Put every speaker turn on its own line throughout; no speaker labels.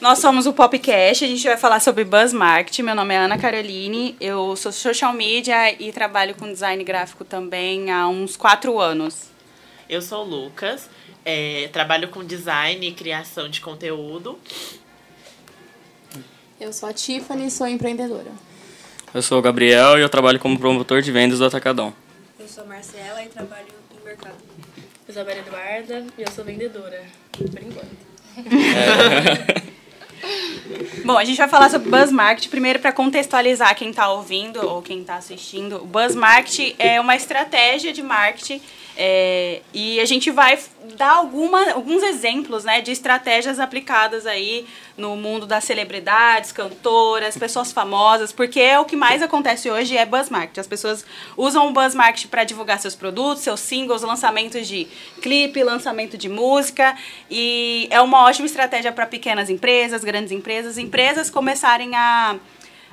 Nós somos o Popcast, a gente vai falar sobre Buzz Marketing. Meu nome é Ana Caroline, eu sou social media e trabalho com design gráfico também há uns quatro anos.
Eu sou o Lucas, é, trabalho com design e criação de conteúdo.
Eu sou a Tiffany, sou empreendedora.
Eu sou o Gabriel e eu trabalho como promotor de vendas do Atacadão.
Eu sou a Marcela e trabalho no mercado.
Eu sou a Maria Eduarda e eu sou vendedora, por enquanto.
Bom, a gente vai falar sobre Buzz Marketing. Primeiro, para contextualizar quem está ouvindo ou quem está assistindo, o Buzz Marketing é uma estratégia de marketing é, e a gente vai dar alguma, alguns exemplos né, de estratégias aplicadas aí no mundo das celebridades, cantoras, pessoas famosas, porque é o que mais acontece hoje é Buzz Marketing. As pessoas usam o Buzz Marketing para divulgar seus produtos, seus singles, lançamentos de clipe, lançamento de música e é uma ótima estratégia para pequenas empresas, grandes empresas, empresas começarem a,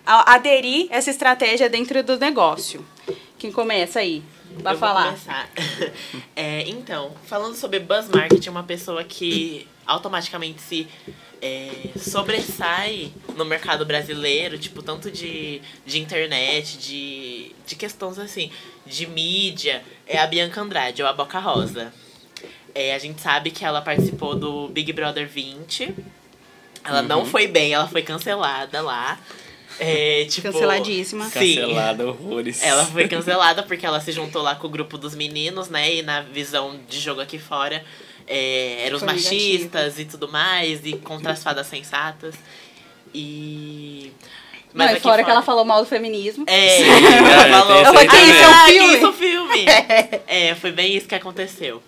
a aderir essa estratégia dentro do negócio. Quem começa aí? Vai
Eu vou
falar.
começar. É, então, falando sobre buzz marketing, uma pessoa que automaticamente se é, sobressai no mercado brasileiro, tipo, tanto de, de internet, de, de questões assim, de mídia, é a Bianca Andrade, ou a Boca Rosa. É, a gente sabe que ela participou do Big Brother 20. Ela não foi bem, ela foi cancelada lá. É, tipo,
Canceladíssima.
Sim.
Cancelada, horrores.
Ela foi cancelada porque ela se juntou lá com o grupo dos meninos, né? E na visão de jogo aqui fora, é, eram os
Foi
machistas e tudo mais, e contra as fadas sensatas. E.
Não, e fora que ela falou mal do feminismo.
É,
É,
ela falou.
tem isso aí
"Ah,
também."
ah,
Isso é um
que isso é um filme! é, foi bem isso que aconteceu.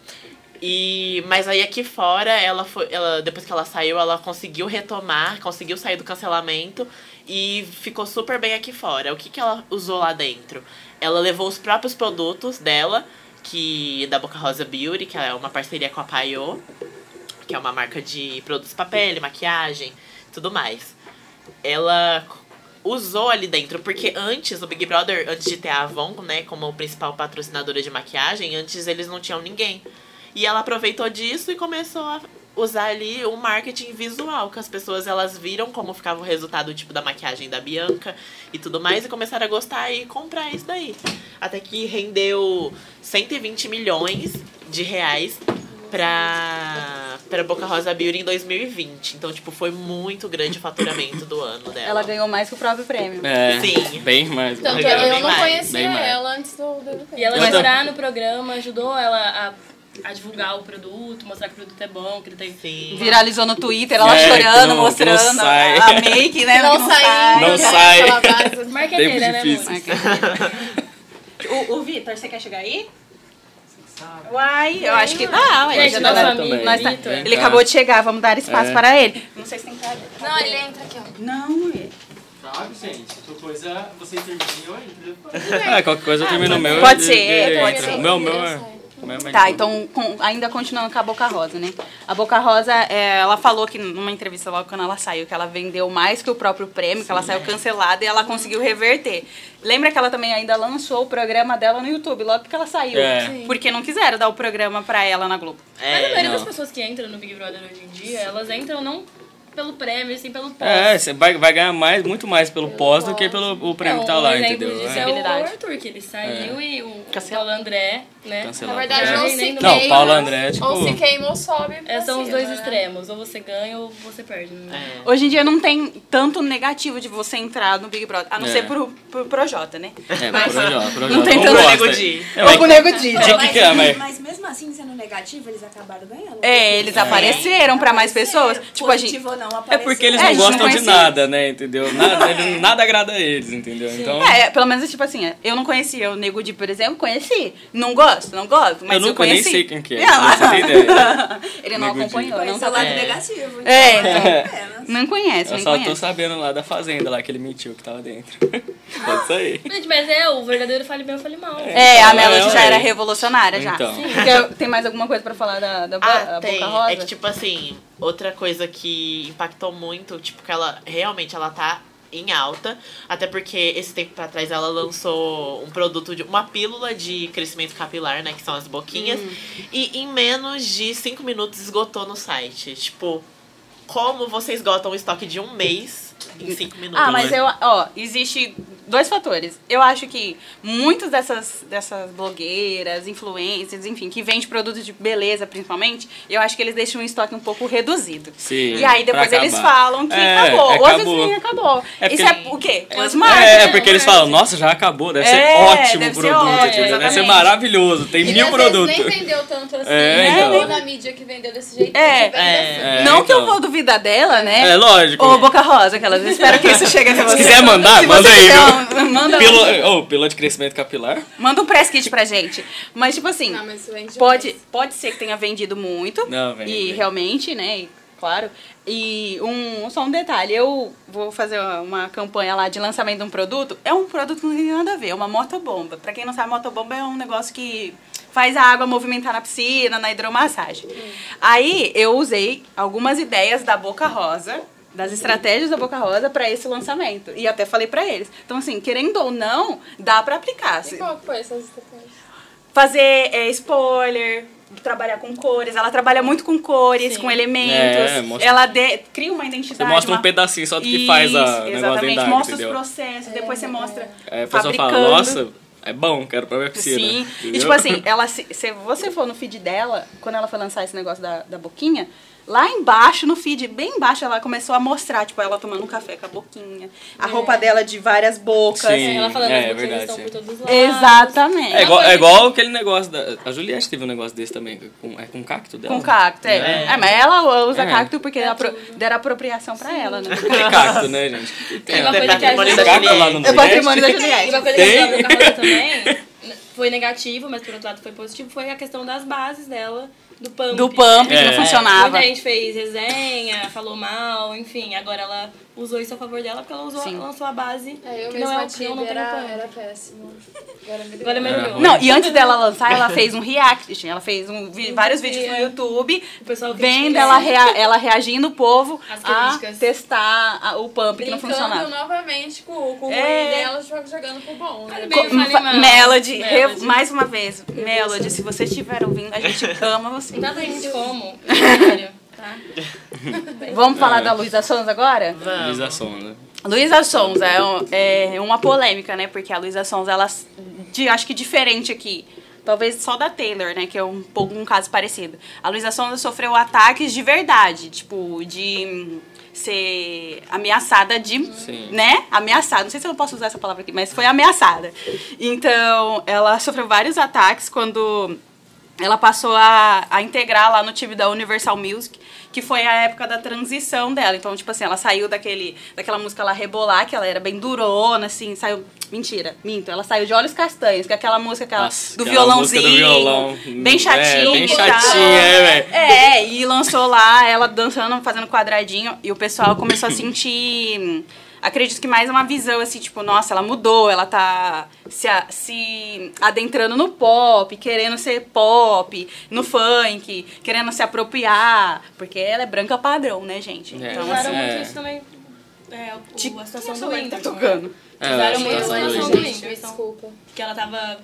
E, mas aí aqui fora, ela foi, ela, depois que ela saiu, ela conseguiu retomar, conseguiu sair do cancelamento e ficou super bem aqui fora. O que, que ela usou lá dentro? Ela levou os próprios produtos dela, que da Boca Rosa Beauty, que é uma parceria com a Paiô, que é uma marca de produtos papel, maquiagem, tudo mais. Ela c- usou ali dentro, porque antes, o Big Brother, antes de ter a Avon, né, como principal patrocinadora de maquiagem, antes eles não tinham ninguém. E ela aproveitou disso e começou a usar ali o marketing visual, que as pessoas elas viram como ficava o resultado tipo da maquiagem da Bianca e tudo mais e começaram a gostar e comprar isso daí. Até que rendeu 120 milhões de reais pra, pra Boca Rosa Beauty em 2020. Então, tipo, foi muito grande o faturamento do ano dela.
Ela ganhou mais que o próprio prêmio.
É,
Sim.
Bem mais.
Então,
Tanto
Legal,
eu
bem
não
mais,
bem
conhecia
mais.
ela antes do do-
E ela
Mas-
entrar no programa ajudou ela a, a divulgar o produto, mostrar que o produto é bom, que ele tem.
Sim.
Viralizou no Twitter, ela
É, que
chorando,
não- que
mostrando
não sai.
a a make, né? que
Não saí.
Não sai.
Aquela base.
Marqueteira,
Tempos
né,
difíceis.
amor?
O, o Vitor, você quer chegar aí? Uai, eu acho que dá. uai,
Gente,
já
nosso
dá-
amigo
nós tá-
Vitor.
Ele acabou de chegar, vamos dar espaço
É.
para ele. Não sei se tem cara.
Não, ele entra aqui, ó.
Não, é.
Claro, gente. Qualquer coisa, vocês terminam né? ainda.
Ah, qualquer coisa eu termino o meu.
pode
e-
ser,
e-
pode
entra.
ser.
O meu, o meu é. o meu é mais
Tá,
de boa.
então, com- ainda continuando com a Boca Rosa, né? A Boca Rosa, é, ela falou que numa entrevista logo quando ela saiu, que ela vendeu mais que o próprio prêmio, que ela saiu cancelada e ela conseguiu reverter. Lembra que ela também ainda lançou o programa dela no YouTube, logo que ela saiu.
É. Sim.
Porque não quiseram dar o programa pra ela na Globo.
Mas a
É,
maioria
não.
das pessoas que entram no Big Brother hoje em dia, elas entram não pelo prêmio, assim, pelo pós.
É, você vai, vai ganhar mais, muito mais pelo pós do que pelo o prêmio
É,
que
um
tá lá,
exemplo
entendeu?
Disso
É.
é. o
Habilidade.
Arthur, que ele saiu e o
Cancela-
Paulo André, né?
Cancelado. É.
Na verdade,
Não,
ou se
não,
queima.
Paulo
né?
André,
Ou se
tipo-
queima ou sobe.
É, são os
vacila,
dois
né?
extremos, ou você ganha ou você perde. né?
é.
Hoje em dia não tem tanto negativo de você entrar no Big Brother, a não
É.
ser pro, pro Projota, né?
É, mas Projota, Projota.
tem
não
tanto-
gosta.
Nego Di.
É, mas-
Nego Di.
De que que é, mas-
mas mesmo assim, sendo negativo, eles acabaram ganhando.
É, eles apareceram pra mais pessoas. Tipo, a gente.
Positivo ou não,
É
apareceu.
porque eles
É,
não
a gente não
gostam de
conhecia.
nada, né? Entendeu? Nada, ele- nada agrada a eles, entendeu? Então.
É, é, pelo menos, tipo assim, eu não conhecia o Nego Di, por exemplo, conheci. Não gosto, não gosto, mas
Eu nunca nem
conheci.
sei quem que é,
Não.
pra você ter ideia.
Ele não
Nego Di.
acompanhou,
Conhece
não
o lado
sabe.
negativo. então,
É,
vale a
então,
pena.
não conhece,
Eu
nem
só tô
conhece.
sabendo lá da fazenda, lá que ele mentiu que tava dentro. É isso aí.
Gente, mas é, o verdadeiro fale bem ou fale mal.
É, a
Então,
Melody
é,
já
é.
era revolucionária já.
Então.
Quer- Tem mais alguma coisa pra falar da, da Bo-
Ah,
a
tem.
Boca Rosa?
É que, tipo assim, outra coisa que impactou muito, tipo, que ela realmente ela tá em alta. Até porque esse tempo pra trás ela lançou um produto de. uma pílula de crescimento capilar, né? Que são
Hum.
as boquinhas. E em menos de cinco minutos esgotou no site. Tipo. como você esgota um estoque de um mês em cinco minutos.
Ah, mas
né?
eu, ó, existe dois fatores. Eu acho que muitas dessas, dessas blogueiras, influencers, enfim, que vende produtos de beleza principalmente, eu acho que eles deixam o estoque um pouco reduzido.
Sim,
e aí depois
pra
eles
acabar.
falam que
É,
acabou.
é,
Ou às
acabou.
vezes nem acabou.
É
Isso
porque-
é o quê? As marcas.
É,
né?
porque eles falam, nossa, já acabou, deve ser
É,
ótimo o
deve ser
produto,
ótimo,
entendeu? deve ser
exatamente. é
maravilhoso, tem
E
mil
às vezes
produtos.
nem vendeu tanto assim.
É,
né?
então.
Ou na mídia que vendeu desse jeito.
É,
que vende
é,
assim.
é,
Não que eu
então.
vou duvidar dela, né?
É, lógico.
Ou Boca Rosa, aquelas. Espero que isso chegue até
Se
você.
quiser mandar,
Se
manda
você
aí,
quiser,
viu?
manda,
Pílula, oh, pílula de crescimento capilar.
manda um press kit pra gente. Mas, tipo assim,
Não, mas vende
Pode,
mais.
pode ser que tenha vendido muito.
Não, vende,
E
vende.
realmente, né? e claro. E um, só um detalhe, eu vou fazer uma- uma campanha lá de lançamento de um produto. É um produto que não tem nada a ver, é uma motobomba. Pra quem não sabe, motobomba é um negócio que faz a água movimentar na piscina, na hidromassagem. Aí eu usei algumas ideias da Boca Rosa, das estratégias da Boca Rosa pra esse lançamento. E até falei pra eles. Então assim, querendo ou não, dá pra aplicar.
E
se-
qual que foi essas estratégias?
fazer é, spoiler, trabalhar com cores. Ela trabalha muito com cores, com elementos.
É, mostra-
Ela de- cria uma identidade.
Você mostra
uma...
um pedacinho só do que faz a
Isso,
negócio
Exatamente,
dentro da água,
mostra
entendeu?
os processos, depois você mostra
Aí a pessoa
fabricando.
É, fala, nossa, é bom, quero pra minha piscina.
Sim. E
entendeu?
tipo assim, ela se, se você for no feed dela, quando ela foi lançar esse negócio da, da boquinha, lá embaixo, no feed, bem embaixo, ela começou a mostrar, tipo, ela tomando um café com a boquinha, a roupa dela de várias bocas.
Sim.
Ela falando
É,
que as
verdade,
boquinhas estão
sim.
por todos os lados.
Exatamente.
É igual, é igual aquele negócio da. A Juliette teve um negócio desse também. Com, é com cacto dela?
Com cacto, é.
É.
É, mas ela usa
É.
cacto porque apro deram apropriação pra ela, né?
Tem cacto, né, gente? Que Tem,
uma
tem
coisa que a
patrimônio
gente-
da cacto lá no
É patrimônio da
Nordeste.
E uma
Juliette.
coisa
Tem?
que eu falei também, né, foi negativo, mas por outro lado foi positivo, foi a questão das bases dela, do pump. né?
Do pump que
É.
não funcionava.
Muita gente fez resenha, falou mal, enfim. Agora ela usou isso a favor dela porque ela usou,
Sim.
lançou a base
É, eu
que não é
mesma
o que eu não
tive,
tenho
era,
pump.
era péssimo. Agora melhorou.
Agora melhorou.
Não, e antes dela lançar, ela fez um react, ela fez um vi- vários vídeos no YouTube,
O pessoal
vendo
critica,
ela,
né?
rea- ela reagindo o povo
As
a
críticas.
testar a- o pump que não
Brincando
funcionava.
novamente com, o- com o ruim
É.
dela, jo- jogando pro bom. né?
Bem,
Co-
fale
fa-
mal.
Melody, re-
Melody.
mais uma vez, Melody, se você estiver ouvindo, a gente ama você.
Não dá pra gente como, sério, tá?
Vamos
É.
falar da Luísa Sons agora?
Luísa Sonda.
Luísa Sonza é, um- é uma polêmica, né? Porque a Luísa Sonza, ela. s- de- acho que diferente aqui. Talvez só da Taylor, né? Que é um pouco um caso parecido. A Luísa Sonza sofreu ataques de verdade, tipo, de hum, ser ameaçada de.
Sim.
Né? Ameaçada. Não sei se eu posso usar essa palavra aqui, mas foi ameaçada. Então, ela sofreu vários ataques quando ela passou a, a integrar lá no time da Universal Music, que foi a época da transição dela. Então, tipo assim, ela saiu daquele, daquela música lá Rebolar, que ela era bem durona, assim, saiu. Mentira, minto. Ela saiu de Olhos Castanhos, que é aquela música aquela,
Nossa,
do
aquela música
violãozinho.
do violão.
Bem tá? chatinha.
É, bem
e tal.
chatinha, é, velho.
É, e lançou lá ela dançando, fazendo quadradinho, e o pessoal começou a sentir. hum, Acredito que mais uma visão, assim, tipo, nossa, ela mudou, ela tá se, a- se adentrando no pop, querendo ser pop, no funk, querendo se apropriar, porque ela é branca padrão, né, gente?
É.
Então, assim,
Usaram muito
é.
isso também. É, o, a situação
nossa,
do
ele tá
Whindersson. né?
tocando.
É,
Usaram
acho que
muito
Eu
tá
ela
sendo
lançou
não
Whindersson.
Luísa.
desculpa.
Que ela tava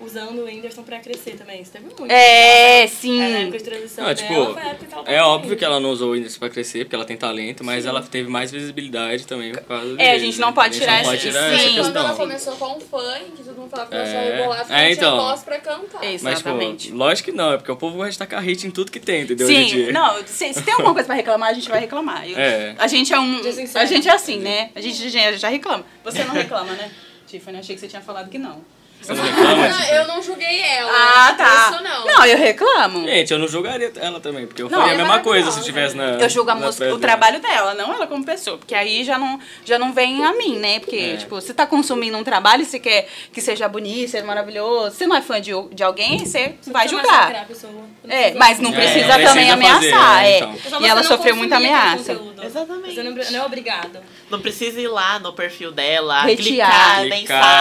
usando o Whindersson pra crescer também. Isso teve muito.
É,
Era a época
sim.
de transição
Não,
dela,
tipo,
foi a época que ela
é
tava
óbvio
bem.
que ela não usou o Windows pra crescer, porque ela tem talento, mas ela teve mais visibilidade também por causa
É, a gente
deles,
não
né?
pode
A gente
tirar
não pode
esse-
tirar
Sim,
essa
quando ela
questão.
começou com o funk, todo mundo falava que ela só
É.
jogou lá, porque
É,
ela
então.
tinha voz pra cantar.
Isso.
Mas,
Exatamente.
tipo, lógico que não, é porque o povo gosta de tacar hate em tudo que tem, entendeu? Hoje em
Sim,
dia.
não, se, se tem alguma coisa pra reclamar, a gente vai reclamar. Eu-
É.
A gente é um.
Desincerto.
A gente é assim, né? A gente já- já reclama. Você não reclama, né? Tiffany, achei que você tinha falado que não.
Você não reclama?
Não, eu não julguei ela.
Ah, tá.
Isso não.
eu reclamo.
Gente, eu não julgaria ela também, porque eu
Não,
faria a
é
mesma coisa se eu
maravilhosa.
tivesse na.
Eu julgo a
na
música,
pele
o
dela.
trabalho dela, não ela como pessoa. Porque aí já não, já não vem a mim, né? Porque,
É.
tipo, você tá consumindo um trabalho, você quer que seja bonito, seja maravilhoso. Você não é fã de, de alguém, você
Não
vai
precisa
julgar.
massacrar a pessoa. Não
É,
precisa-
mas não
É,
precisa
não precisa
também
fazer,
ameaçar.
é,
é.
então.
É só
E
você
ela
não
sofreu
consumir
muita
aquele
ameaça.
conteúdo.
Exatamente.
Você não, não é obrigado.
Não precisa ir lá no perfil dela,
Retear.
clicar,
Clicar,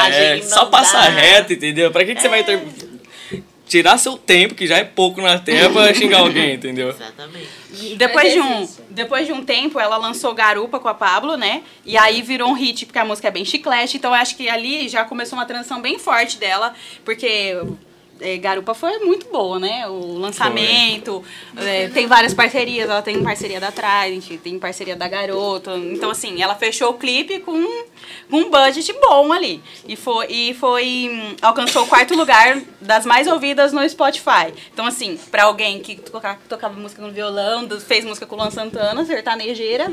mensagem.
é, só
mandar.
passar reto, entendeu? Pra que, que você vai ter...
É.
tirar seu tempo, que já é pouco na terra, pra xingar alguém, entendeu?
Exatamente.
Depois de, um,
existe.
depois de um tempo, ela lançou Garupa com a Pablo, né? E aí virou um hit, porque a música é bem chiclete. Então eu acho que ali já começou uma transição bem forte dela, porque é, Garupa foi muito boa, né? O lançamento, é, tem várias parcerias, ela tem parceria da Trident, tem parceria da Garota. Então, assim, ela fechou o clipe com, com um budget bom ali. E foi, e foi. hum, alcançou o quarto lugar das mais ouvidas no Spotify. Então, assim, pra alguém que toca- tocava música no violão, do- fez música com o Luan Santana, sertanejeira,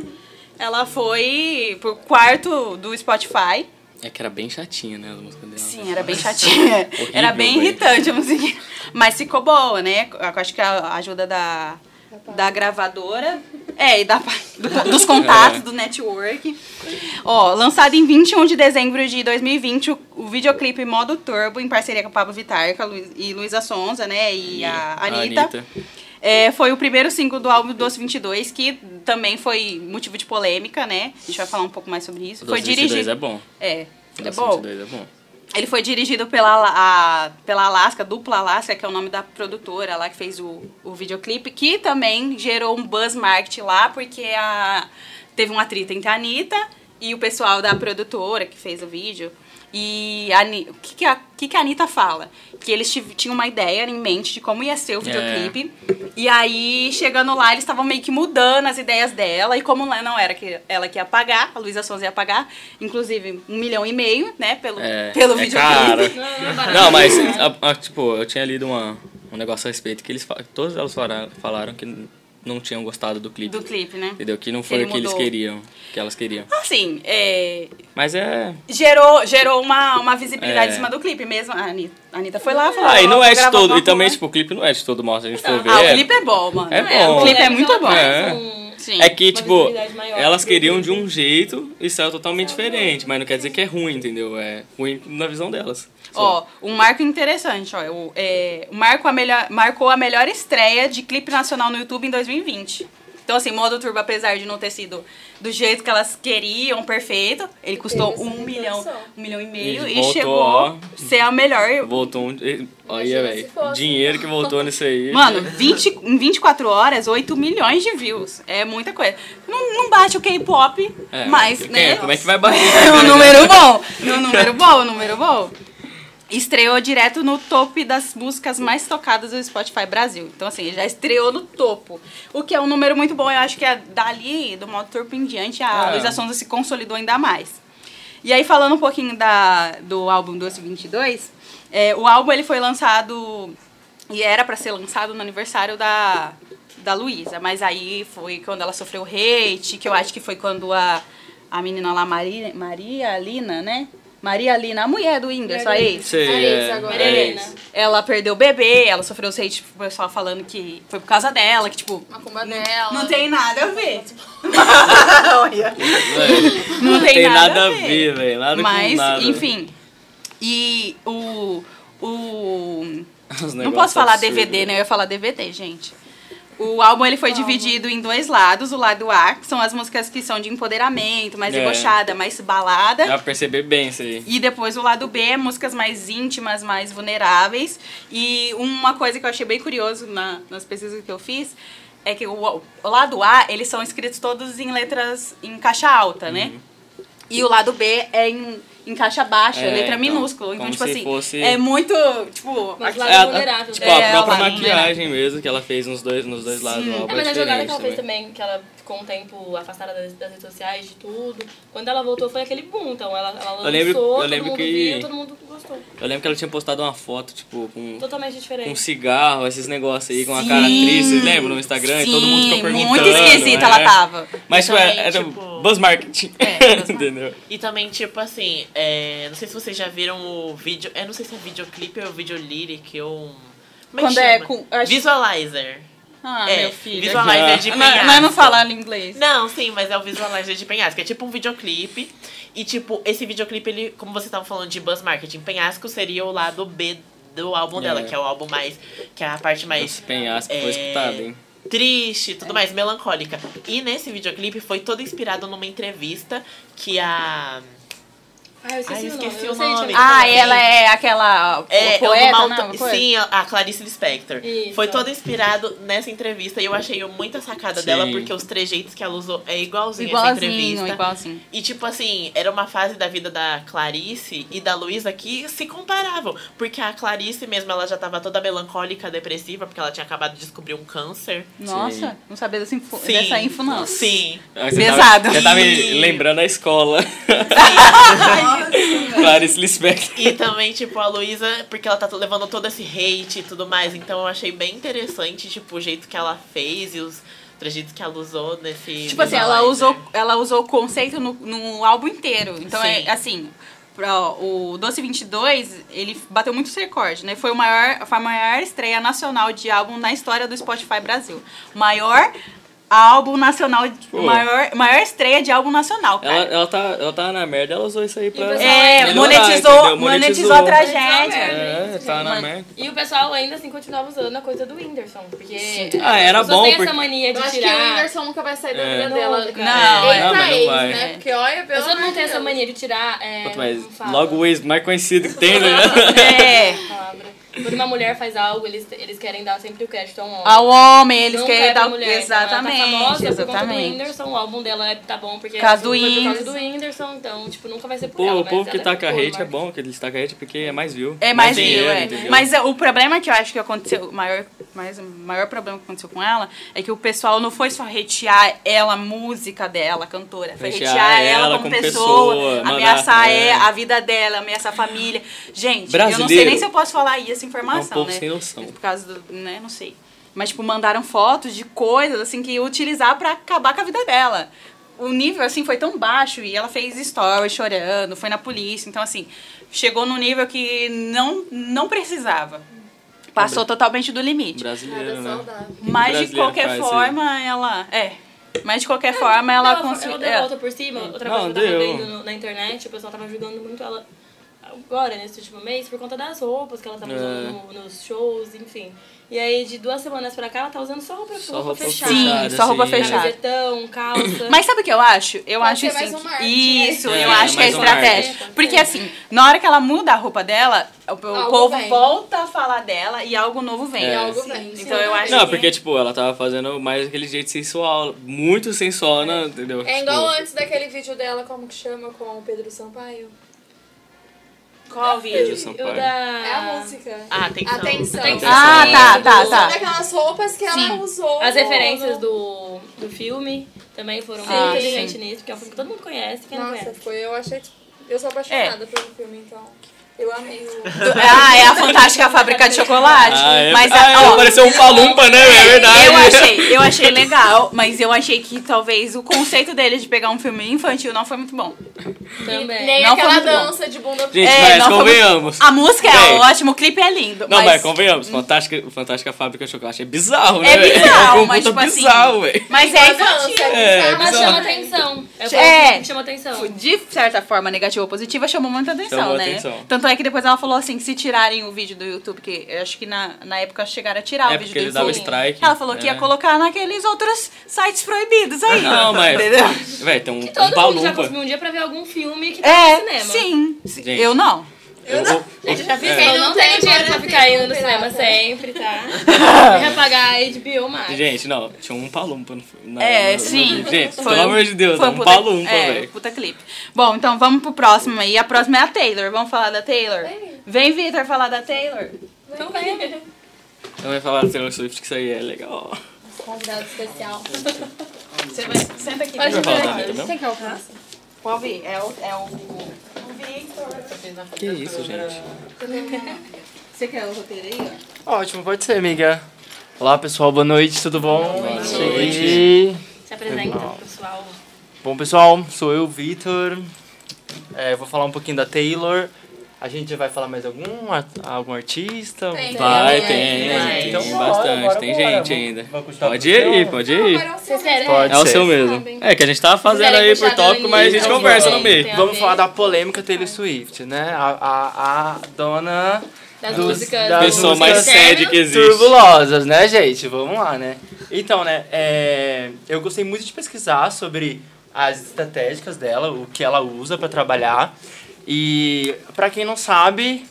ela foi pro quarto do Spotify.
É que era bem chatinha, né? A música dela.
Sim, era bem chatinha. era bem
velho.
irritante a musiquinha. Mas ficou boa, né? Eu acho que a ajuda da, da gravadora. É, e da, pa- do- dos contatos, do network. Ó, lançado em 21 de dezembro de 2020, o, o videoclipe Modo Turbo, em parceria com o Pablo Vittar com a Lu- e Luísa Sonza, né? E a
A
Anitta.
Anitta.
É, foi o primeiro single do álbum Doce 22, que também foi motivo de polêmica, né? A gente vai falar um pouco mais sobre isso. foi
12, 22
dirigido.
é bom.
É, é
Doce
bom.
22 é bom.
Ele foi dirigido pela, Ala- a, pela Alaska, Dupla Alaska, que é o nome da produtora lá que fez o, o videoclipe, que também gerou um buzz market lá, porque a, teve um atrito entre a Anitta e o pessoal da produtora que fez o vídeo. E a Ani- o que, que, a, o que, que a Anitta fala? Que eles tive- tinham uma ideia em mente de como ia ser o videoclipe. E aí, chegando lá, eles estavam meio que mudando as ideias dela. E como lá não era que ela que ia pagar, a Luísa Sonza ia pagar, inclusive, um milhão e meio, né? Pelo,
É,
pelo
é
videoclipe.
caro. Não, mas, a- a- tipo, eu tinha lido uma, um negócio a respeito que eles fa- todos elas falaram, falaram que n- não tinham gostado do clipe.
Do clipe, né?
Entendeu? Que não foi
Ele
o que eles
mudou.
queriam, que elas queriam.
Assim, é,
Mas é.
gerou, gerou uma, uma visibilidade
É.
em cima do clipe mesmo. A Anitta, a Anitta foi lá e falou.
Ah, e
"Ó,
não
vou
é de
gravar
todo.
uma
E também,
coisa".
tipo, o clipe não é de todo mal, se a gente for ver.
Ah,
é-
o clipe é bom, mano.
é bom.
o clipe é
Ela
muito bom.
faz
É.
um-
Sim.
É que, tipo,
visibilidade maior.
elas queriam de um jeito e saiu totalmente diferente. Mas não quer dizer que é ruim, entendeu? É ruim na visão delas.
Ó, um marco interessante, ó. O, é, o marco a melhor, marcou a melhor estreia de clipe nacional no YouTube em 2020. Então, assim, Modo Turbo, apesar de não ter sido do jeito que elas queriam, perfeito, ele custou
Teve essa
um milhão,
repercussão.
um milhão e meio
E
e,
voltou,
chegou
ó.
a ser a melhor.
Voltou um. e- Olha,
se
velho.
fosse.
Dinheiro que voltou nisso aí.
Mano, 20, em 24 horas, 8 milhões de views. É muita coisa. Não, não bate o K-pop,
É,
mas,
quem-
né?
Como é que vai bater?
É um número bom. Um número bom, um número bom. Estreou direto no top das músicas mais tocadas do Spotify Brasil. Então, assim, já estreou no topo. O que é um número muito bom. Eu acho que é dali, do modo turbo em diante, a
É.
Luísa Sonza se consolidou ainda mais. E aí, falando um pouquinho da, do álbum Doce 22, é, o álbum ele foi lançado e era pra ser lançado no aniversário da, da Luísa, mas aí foi quando ela sofreu hate, que eu acho que foi quando a, a menina lá, Maria, Maria Lina, né? Maria Lina, a mulher do Whindersson, a ex.
Sei, é,
agora.
é
Arena.
isso.
Ela perdeu o bebê, ela sofreu os hate, tipo, o pessoal falando que foi por causa dela, que tipo.
Macumba dela.
Não tem nada a ver.
Velho,
Não tem,
tem nada a ver, velho. Nada com
Mas,
nada.
enfim. E o. O.
Os
Não
negócios
posso falar
absurdos.
DVD, né? Eu ia falar DVD, gente. O álbum ele foi dividido em dois lados. O lado A, que são as músicas que são de empoderamento, mais
É.
debochada, mais balada.
Dá pra perceber bem isso aí.
E depois o lado B, músicas mais íntimas, mais vulneráveis. E uma coisa que eu achei bem curioso na- nas pesquisas que eu fiz é que o, o lado A, eles são escritos todos em letras em caixa alta, né? E o lado B é em, em caixa baixa,
Uhum. É,
letra
então,
minúscula. Então,
como
tipo
se
assim,
fosse-
é muito, tipo...
Mas
aqui-
lá-
É, a-
vulnerável.
tipo, a
É,
própria
lá,
maquiagem mesmo que ela fez nos dois, nos dois lados
Ah,
do álbum.
É, mas
é
a jogada que
diferente
ela fez
também.
também, que ela ficou um tempo afastada das, das redes sociais, de tudo. Quando ela voltou foi aquele boom, então ela, ela lançou,
Eu lembro- eu
todo
lembro
mundo
que-
viu, todo mundo gostou.
Eu lembro que ela tinha postado uma foto, tipo, com,
Totalmente
com
diferente.
cigarro, esses negócios aí, com a
Sim.
cara triste, vocês lembram? No Instagram, e todo mundo ficou
Sim,
perguntando.
Muito esquisita
né?
ela tava.
Mas tipo,
Também,
era
tipo-
buzz marketing.
É, buzz marketing.
Entendeu?
E também, tipo assim, é, não sei se vocês já viram o vídeo. Eu não sei se é videoclipe ou videolyric ou. um- Como
Quando
que
é
chama?
com- eu acho-
Visualizer.
Ah,
é,
meu filho.
Visualizer de
Não,
penhasco.
Nós não falando inglês.
Não, sim, mas é o visualizer de penhasco. É tipo um videoclipe. E, tipo, esse videoclipe, ele, como vocês estavam falando de buzz marketing, penhasco seria o lado B do álbum dela,
É.
que é o álbum mais. que é a parte mais
Esse penhasco
É
foi escutado, hein?
Triste, tudo mais, melancólica. E nesse videoclipe foi todo inspirado numa entrevista que a.
Ah, eu esqueci,
Ai,
o nome.
esqueci
eu
o
sei de
nome.
alguma
Ah,
coisa.
ela é aquela
Então, É,
poeta,
alguma
não?
alta-
Coisa?
Sim, a- a Clarice Lispector.
Isso.
Foi todo inspirado nessa entrevista e eu achei muita sacada
Sim.
dela, porque os trejeitos que ela usou é igualzinho, essa
Igualzinho,
entrevista.
igualzinho.
E tipo assim, era uma fase da vida da Clarice e da Luísa que se comparavam. Porque a Clarice mesmo, ela já tava toda melancólica, depressiva, porque ela tinha acabado de descobrir um câncer.
Nossa, não sabia dessa info,
Sim.
dessa info não.
Sim.
Ah, você
Pesado.
Tá, você tá me
Sim.
lembrando a escola. um Clarice Lispector.
E
então-
também, tipo, a Luísa, porque ela tá to- levando todo esse hate e tudo mais. Então eu achei bem interessante, tipo, o jeito que ela fez e os trejeitos que ela usou nesse.
Tipo assim,
nessa
ela
live.
usou, ela usou o conceito no, no álbum inteiro. Então
Sim.
é assim, pra- o Doce 22, ele bateu muito esse recorde, né? Foi, o maior, foi a maior estreia nacional de álbum na história do Spotify Brasil. Maior álbum nacional,
Pô.
maior, maior estreia de álbum nacional, cara.
Ela, ela, tá, ela tá na merda, ela usou isso aí pra.
você-
É,
melhorar,
monetizou,
entendeu?
monetizou a tragédia.
É, tá na
Mano,
merda.
E o pessoal ainda assim continuava usando a coisa do Whindersson. Porque
Ah, era
as pessoas
bom,
têm
porque-
essa mania
Eu
de
acho que o
tirar.
Whindersson nunca vai sair da
É.
vida dela.
Nunca.
Não,
Ele
é.
tá
Não, mas não
ex,
vai.
né? Porque olha,
As
pelo
pessoas não
amor de
têm essa
Deus.
mania de tirar. É,
Quanto
como
mais,
fala?
logo o ex mais conhecido que tem, né?
É.
Palavra. Quando uma mulher faz algo, eles, eles querem dar sempre o crédito a um homem.
Ao homem, eles
Não
querem
querem
dar.
mulher. Então,
exatamente,
ela tá famosa Por conta do
exatamente.
Whindersson, o álbum dela é- tá bom porque
Por causa do
foi por causa
Whindersson.
do Whindersson, então, tipo, nunca vai ser por
Pô,
ela.
o povo
mas
que
ela
taca
boa,
hate é
Marcos.
bom, que eles taca hate porque é mais view.
É mais view,
dinheiro,
é.
entendeu?
Mas é, o problema que eu acho que aconteceu, o maior, mais, o maior problema que aconteceu com ela é que o pessoal não foi só retear ela, a música dela, a cantora. Foi retear,
Hatear
ela,
ela
como
como
pessoa,
pessoa, mandar-
ameaçar
é.
é, a vida dela, ameaçar a família. Gente, eu não sei
Brasileiro.
nem se eu posso falar aí essa
É
informação,
um povo
né?
sem noção.
Por causa do. né, não sei. Mas, tipo, mandaram fotos de coisas, assim, que ia utilizar pra acabar com a vida dela. O nível, assim, foi tão baixo e ela fez stories chorando, foi na polícia. Então, assim, chegou num nível que não, não precisava. Passou totalmente do limite.
Brasileiro,
Nada
né?
saudável.
Mas, de
brasileiro
qualquer
faz
forma, ela... É. Mas, de qualquer forma, ela é.
Não,
conseguiu...
Ela deu a volta por cima. Outra
Não,
coisa que eu tava
deu.
vendo no- na internet, o pessoal tava julgando muito ela agora, nesse último mês, por conta das roupas que ela tava
É.
usando no- nos shows, enfim. E aí, de duas semanas pra cá, ela tá usando só roupa,
Só
roupa
roupa assim, né?
fechada.
Sim, só roupa
Sim.
fechada.
Camisetão, calça.
Mas sabe o que eu acho? Eu
Pode
acho
ser
assim,
mais um marketing, né?
isso,
É,
eu acho que é
mais um marketing.
estratégia. Porque assim, na hora que ela muda a roupa dela, o, o
Algo
povo
vem.
volta a falar dela e algo novo vem.
É.
Algo
Sim.
vem.
Então eu acho
Não,
que-
porque, tipo, ela tava fazendo mais aquele jeito sensual, muito sensual, né? Entendeu?
É igual
tipo,
antes daquele vídeo dela, como que chama, com o Pedro Sampaio.
Qual
Pedro
vídeo?
o
Sampaio.
da...
É a música.
Ah, tem
Atenção.
Atenção.
Ah, tá, tá,
Sabe
tá.
aquelas roupas que ela
Sim.
usou.
As
no-
referências do, do filme também foram
Sim.
muito
Ah,
inteligentes
sim.
nisso, porque é um filme que todo mundo conhece, quem não
Nossa,
conhece.
foi, eu achei. Eu
É.
sou apaixonada pelo filme, então. Eu amei o.
Ah, é a fantástica fábrica de chocolate.
Ah, é...
mas
ah,
ó,
é, pareceu um palumpa, né? É verdade.
eu achei, eu achei legal, mas eu achei que talvez o conceito dele de pegar um filme infantil não foi muito bom.
Também.
Nem
Não foi
aquela
muito bom.
dança de bunda
Gente,
É,
mas
não, foi muito-
convenhamos.
A música é
Bem.
ótima, o clipe é lindo.
Não, mas,
mas
convenhamos. Fantástica, Fantástica Fábrica de Chocolate é bizarro, né?
É bizarro,
um
mas
puta
tipo assim.
bizarro, velho.
Mas é
Igual a
infantil.
dança,
É,
sabe?
Mas
bizarro.
chama atenção. É,
É.
é. chama atenção.
de certa forma negativa ou positiva, chamou muita atenção,
Chamou
né?
atenção.
Tanto é que depois ela falou assim, se tirarem o vídeo do YouTube, que eu acho que na, na época chegaram a tirar
É
o vídeo
porque
do
ele dava
YouTube.
strike.
Ela falou que ia
é.
colocar naqueles outros sites proibidos aí.
Não,
Entendeu?
mas. Véi, tem um,
Todo
um
mundo já
palumpa.
consumiu um dia pra ver algum filme que tá no
É,
cinema.
sim. Se-
Gente.
Eu não.
Eu, eu,
Gente, eu já fiz.
é.
Eu não
Não tem
tenho dinheiro pra
agora,
ficar
tem
indo no
um
cinema
pirata.
sempre, tá? Eu ia pagar a HBO Max.
Gente, não, tinha um palumpa no na-
É,
no-
sim.
no- gente,
Foi
pelo
um-
amor de Deus,
foi
é um palumpa,
é,
velho.
puta clipe. Bom, então vamos pro próximo aí. A próxima é a Taylor. Vamos falar da Taylor?
Vem.
Vem, Vitor, falar da Taylor.
Então vem.
Eu ia Então falar do Taylor Swift que isso aí é legal.
Convidado especial.
Você vai, senta aqui.
Olha,
Vai falar da
gente,
Anitta
quem que é o próximo?
Pode vir. É o... É o... o Vitor.
Que isso, gente?
Você quer o roteiro aí, ó?
Ótimo, pode ser, amiga. Olá, pessoal, boa noite, tudo bom? Boa
noite.
Se apresenta, pessoal.
Bom, pessoal, sou eu, Vitor. É, vou falar um pouquinho da Taylor. A gente vai falar mais algum, ar- algum artista?
Tem,
Vai,
Vai,
tem,
vai.
tem,
Então bora,
bastante,
bora,
tem
bora.
gente ainda.
Vai continuar
Pode ir,
pro seu?
pode ir.
Agora é o seu.
Vocês querem?
Pode
É o
ser.
seu mesmo.
Sabem.
É, que a gente tava fazendo
Quiserem
aí por
puxar da
tópico, mas a gente
Anitta,
conversa no
alguém?
meio.
Tem
Vamos
alguém?
falar da polêmica Taylor Swift, né? A, a, a dona
Das
dos-
músicas.
das
Pessoa mais
músicas
séria que existe.
turbulosas, né, gente? Vamos lá, né? Então, né, é, eu gostei muito de pesquisar sobre as estratégicas dela, o que ela usa pra trabalhar. E pra quem não sabe,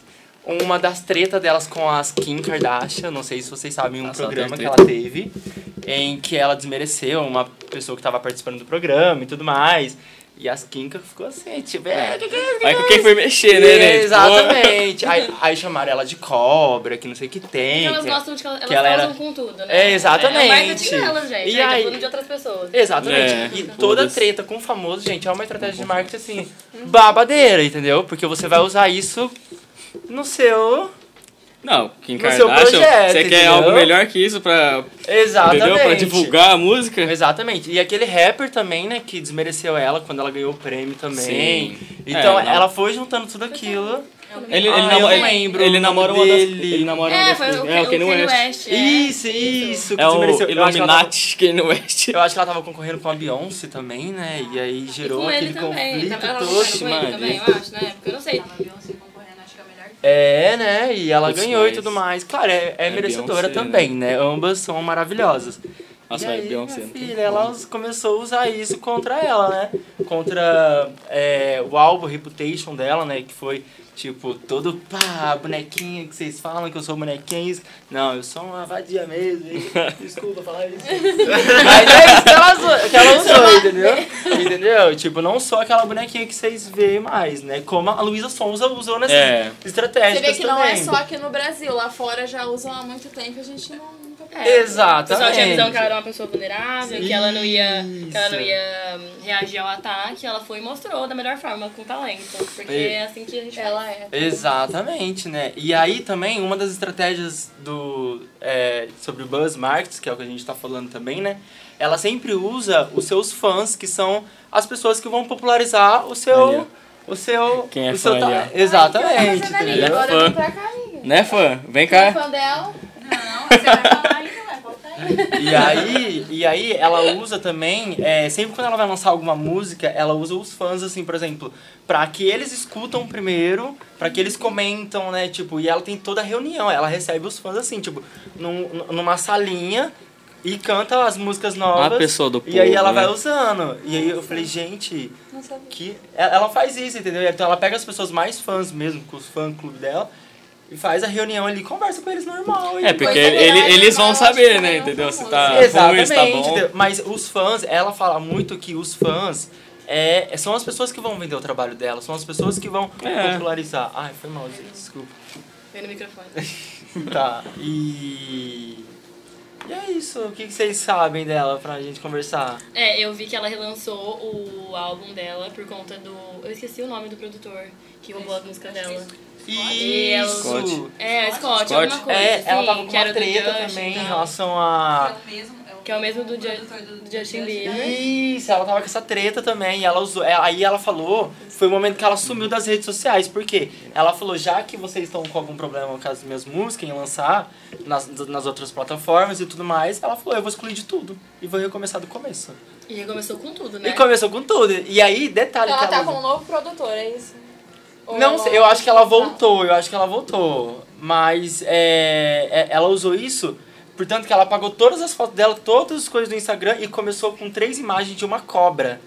uma das tretas delas com as Kim Kardashian, não sei se vocês sabem, um
Nossa, ela
programa que
teve
ela
treta.
teve, em que ela desmereceu uma pessoa que tava participando do programa e tudo mais. E as Kim ficou assim, tipo, é, que que é
Aí com quem foi mexer, né, né? Tipo,
Exatamente. aí, aí chamaram ela de cobra, que não sei o que tem.
Elas
que- é
gostam de que elas, elas
que ela era-
causam com tudo, né?
É, exatamente.
É o marketing delas, gente. E aí,
E aí-
tá falando de outras pessoas.
Exatamente.
É,
E toda
foda-se.
treta com o famoso, gente, é uma estratégia de marketing assim, babadeira, entendeu? Porque você vai usar isso no seu.
Não, Kim
No seu
Kardashian,
projeto,
você quer
entendeu?
algo melhor que isso pra,
Exatamente.
entendeu? pra divulgar a música?
Exatamente. E aquele rapper também, né, que desmereceu ela quando ela ganhou o prêmio também.
Sim.
Então
É, não.
ela foi juntando tudo
É.
aquilo.
Ele, ele,
Ah,
namo-
eu não lembro
ele
o
namora
nome
uma das...
dele.
Ele namora uma
É,
das...
foi o,
é, o Kanye West.
West. é.
Isso, isso, que
É o
desmereceu. Eu acho que ela tava-
Illuminati Kanye West.
Eu acho que ela tava concorrendo com a Beyoncé também, né? E aí
E
gerou
com ele
aquele
também.
conflito
Tá- Ela
todo.
não com ele também, eu acho, né? Porque eu não sei.
É, né? E ela
Putz,
ganhou e
mas-
tudo mais. Claro, é, é
É
merecedora
Beyoncé,
também, né? Ambas são maravilhosas.
Nossa,
e
mas
aí,
Beyoncé. né?
minha
não tem
filha,
como.
ela us- começou a usar isso contra ela, né? Contra é, o álbum Reputation dela, né? Que foi, tipo, todo pá, bonequinha que vocês falam que eu sou bonequinha. é isso. Não, eu sou uma vadia mesmo. hein? Desculpa falar isso. Mas é isso que ela, zo- que ela usou, entendeu? Entendeu? Tipo, não só aquela bonequinha que vocês veem mais, né? Como a Luísa Sonza usou nessas
É.
estratégias
Você vê que não é
também.
só aqui no Brasil, lá fora já usam há muito tempo e a gente não, nunca
É. O
Exatamente.
pessoal tinha a visão que ela era uma pessoa vulnerável, que ela não ia, que ela não
Isso.
ia hum, reagir ao ataque. Ela foi e mostrou da melhor forma, com talento. Porque
E-
é assim que a gente
Ela é.
Exatamente, né? E aí também, uma das estratégias do é, sobre o Buzz Markets, que é o que a gente tá falando também, né? Ela sempre usa os seus fãs, que são as pessoas que vão popularizar o seu...
Ali, ó.
o seu...
Quem é
o seu
fã
ta-
ali, ó.
Exatamente.
tá
Mas, Analia,
Ele é
entendeu?
agora
fã.
vem pra cá, amiga.
Né, fã? Vem
Você é
então,
cá.
fã dela?
Não, você vai falar ainda, vai voltar aí.
E aí, e aí ela usa também, é, sempre quando ela vai lançar alguma música, ela usa os fãs, assim, por exemplo, pra que eles escutam primeiro, pra que eles comentam, né? Tipo, e ela tem toda a reunião, ela recebe os fãs assim, tipo, num- numa salinha e canta as músicas novas.
A pessoa do
E aí
povo,
ela vai
né?
usando. E aí eu falei, gente,
Não sabia.
que ela ela faz isso, entendeu? Então ela pega as pessoas mais fãs mesmo, com os fã clube dela, e faz a reunião ali, conversa com eles normal. e
É, porque
Coisa
ele-
melhor,
eles vão
normal,
saber,
tipo,
né,
não
entendeu?
famoso.
Se tá ruim,
Exatamente.
se tá bom.
Mas os fãs, ela fala muito que os fãs é, são as pessoas que vão vender o trabalho dela, são as pessoas que vão
É.
popularizar. Ai, foi mal, gente, desculpa.
veio no microfone.
Tá, e. E é isso, o que que vocês sabem dela pra gente conversar?
É, eu vi que ela relançou o álbum dela por conta do. Eu esqueci o nome do produtor que roubou a música dela.
Isso!
Scott.
É, a Scott,
Scott?
alguma coisa.
É,
assim,
ela tava com
que era
uma
do então.
treta
Justin e
também em
tal.
relação a.
Que é o mesmo do, Ju- do Justin Bieber.
Isso, ela tava com essa treta também. E ela usou. é, Aí ela falou. Foi o momento que ela sumiu das redes sociais. Por quê? Ela falou: já que vocês estão com algum problema com as minhas músicas, em lançar nas, nas outras plataformas e tudo mais, ela falou: eu vou excluir de tudo. E vou recomeçar do começo.
E recomeçou com tudo,
E
né?
começou com tudo. E aí, detalhe:
Ela
que
tá
ela
com um novo produtor, é isso? Ou é
não
ela-
sei, eu acho que ela voltou, eu acho que ela voltou. Mas é, é, ela usou isso, portanto que ela apagou todas as fotos dela, todas as coisas do Instagram e começou com três imagens de uma cobra.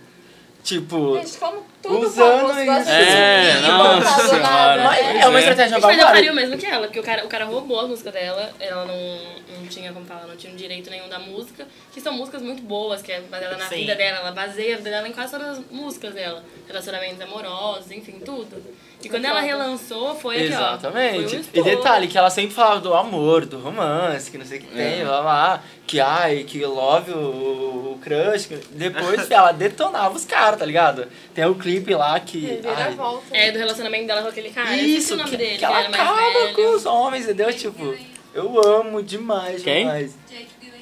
Tipo.
Gente, como tudo
Usando
famoso gosta
isso.
de
É,
subir,
nossa
não faz nada. né?
senhora.
mas
pois
é uma
é.
estratégia
Mas ela faria
babaca.
o mesmo que ela, que o cara, o cara roubou a música dela, ela não, não tinha, como falar, não tinha direito nenhum da música, que são músicas muito boas, que é baseada na
Sim.
vida dela, ela baseia a vida dela em quase todas as músicas dela, relacionamentos amorosos, enfim, tudo. E quando ela relançou, foi aqui, ó.
Exatamente.
foi um
e
estouro.
detalhe, que ela sempre falava do amor, do romance, que não sei o que tem, blá blá, que ai, que love o, o crush. que- Depois ela detonava os caras, tá ligado? Tem o clipe lá que.
Vira
ai,
volta.
É, do relacionamento dela com aquele cara. Ah, eu esqueci
Isso,
o nome
que,
dele,
que ela
era mais
acaba
velho. né?
com os homens, entendeu? Tipo, eu amo demais,
Quem?
demais.
Jake Gyllenhaal.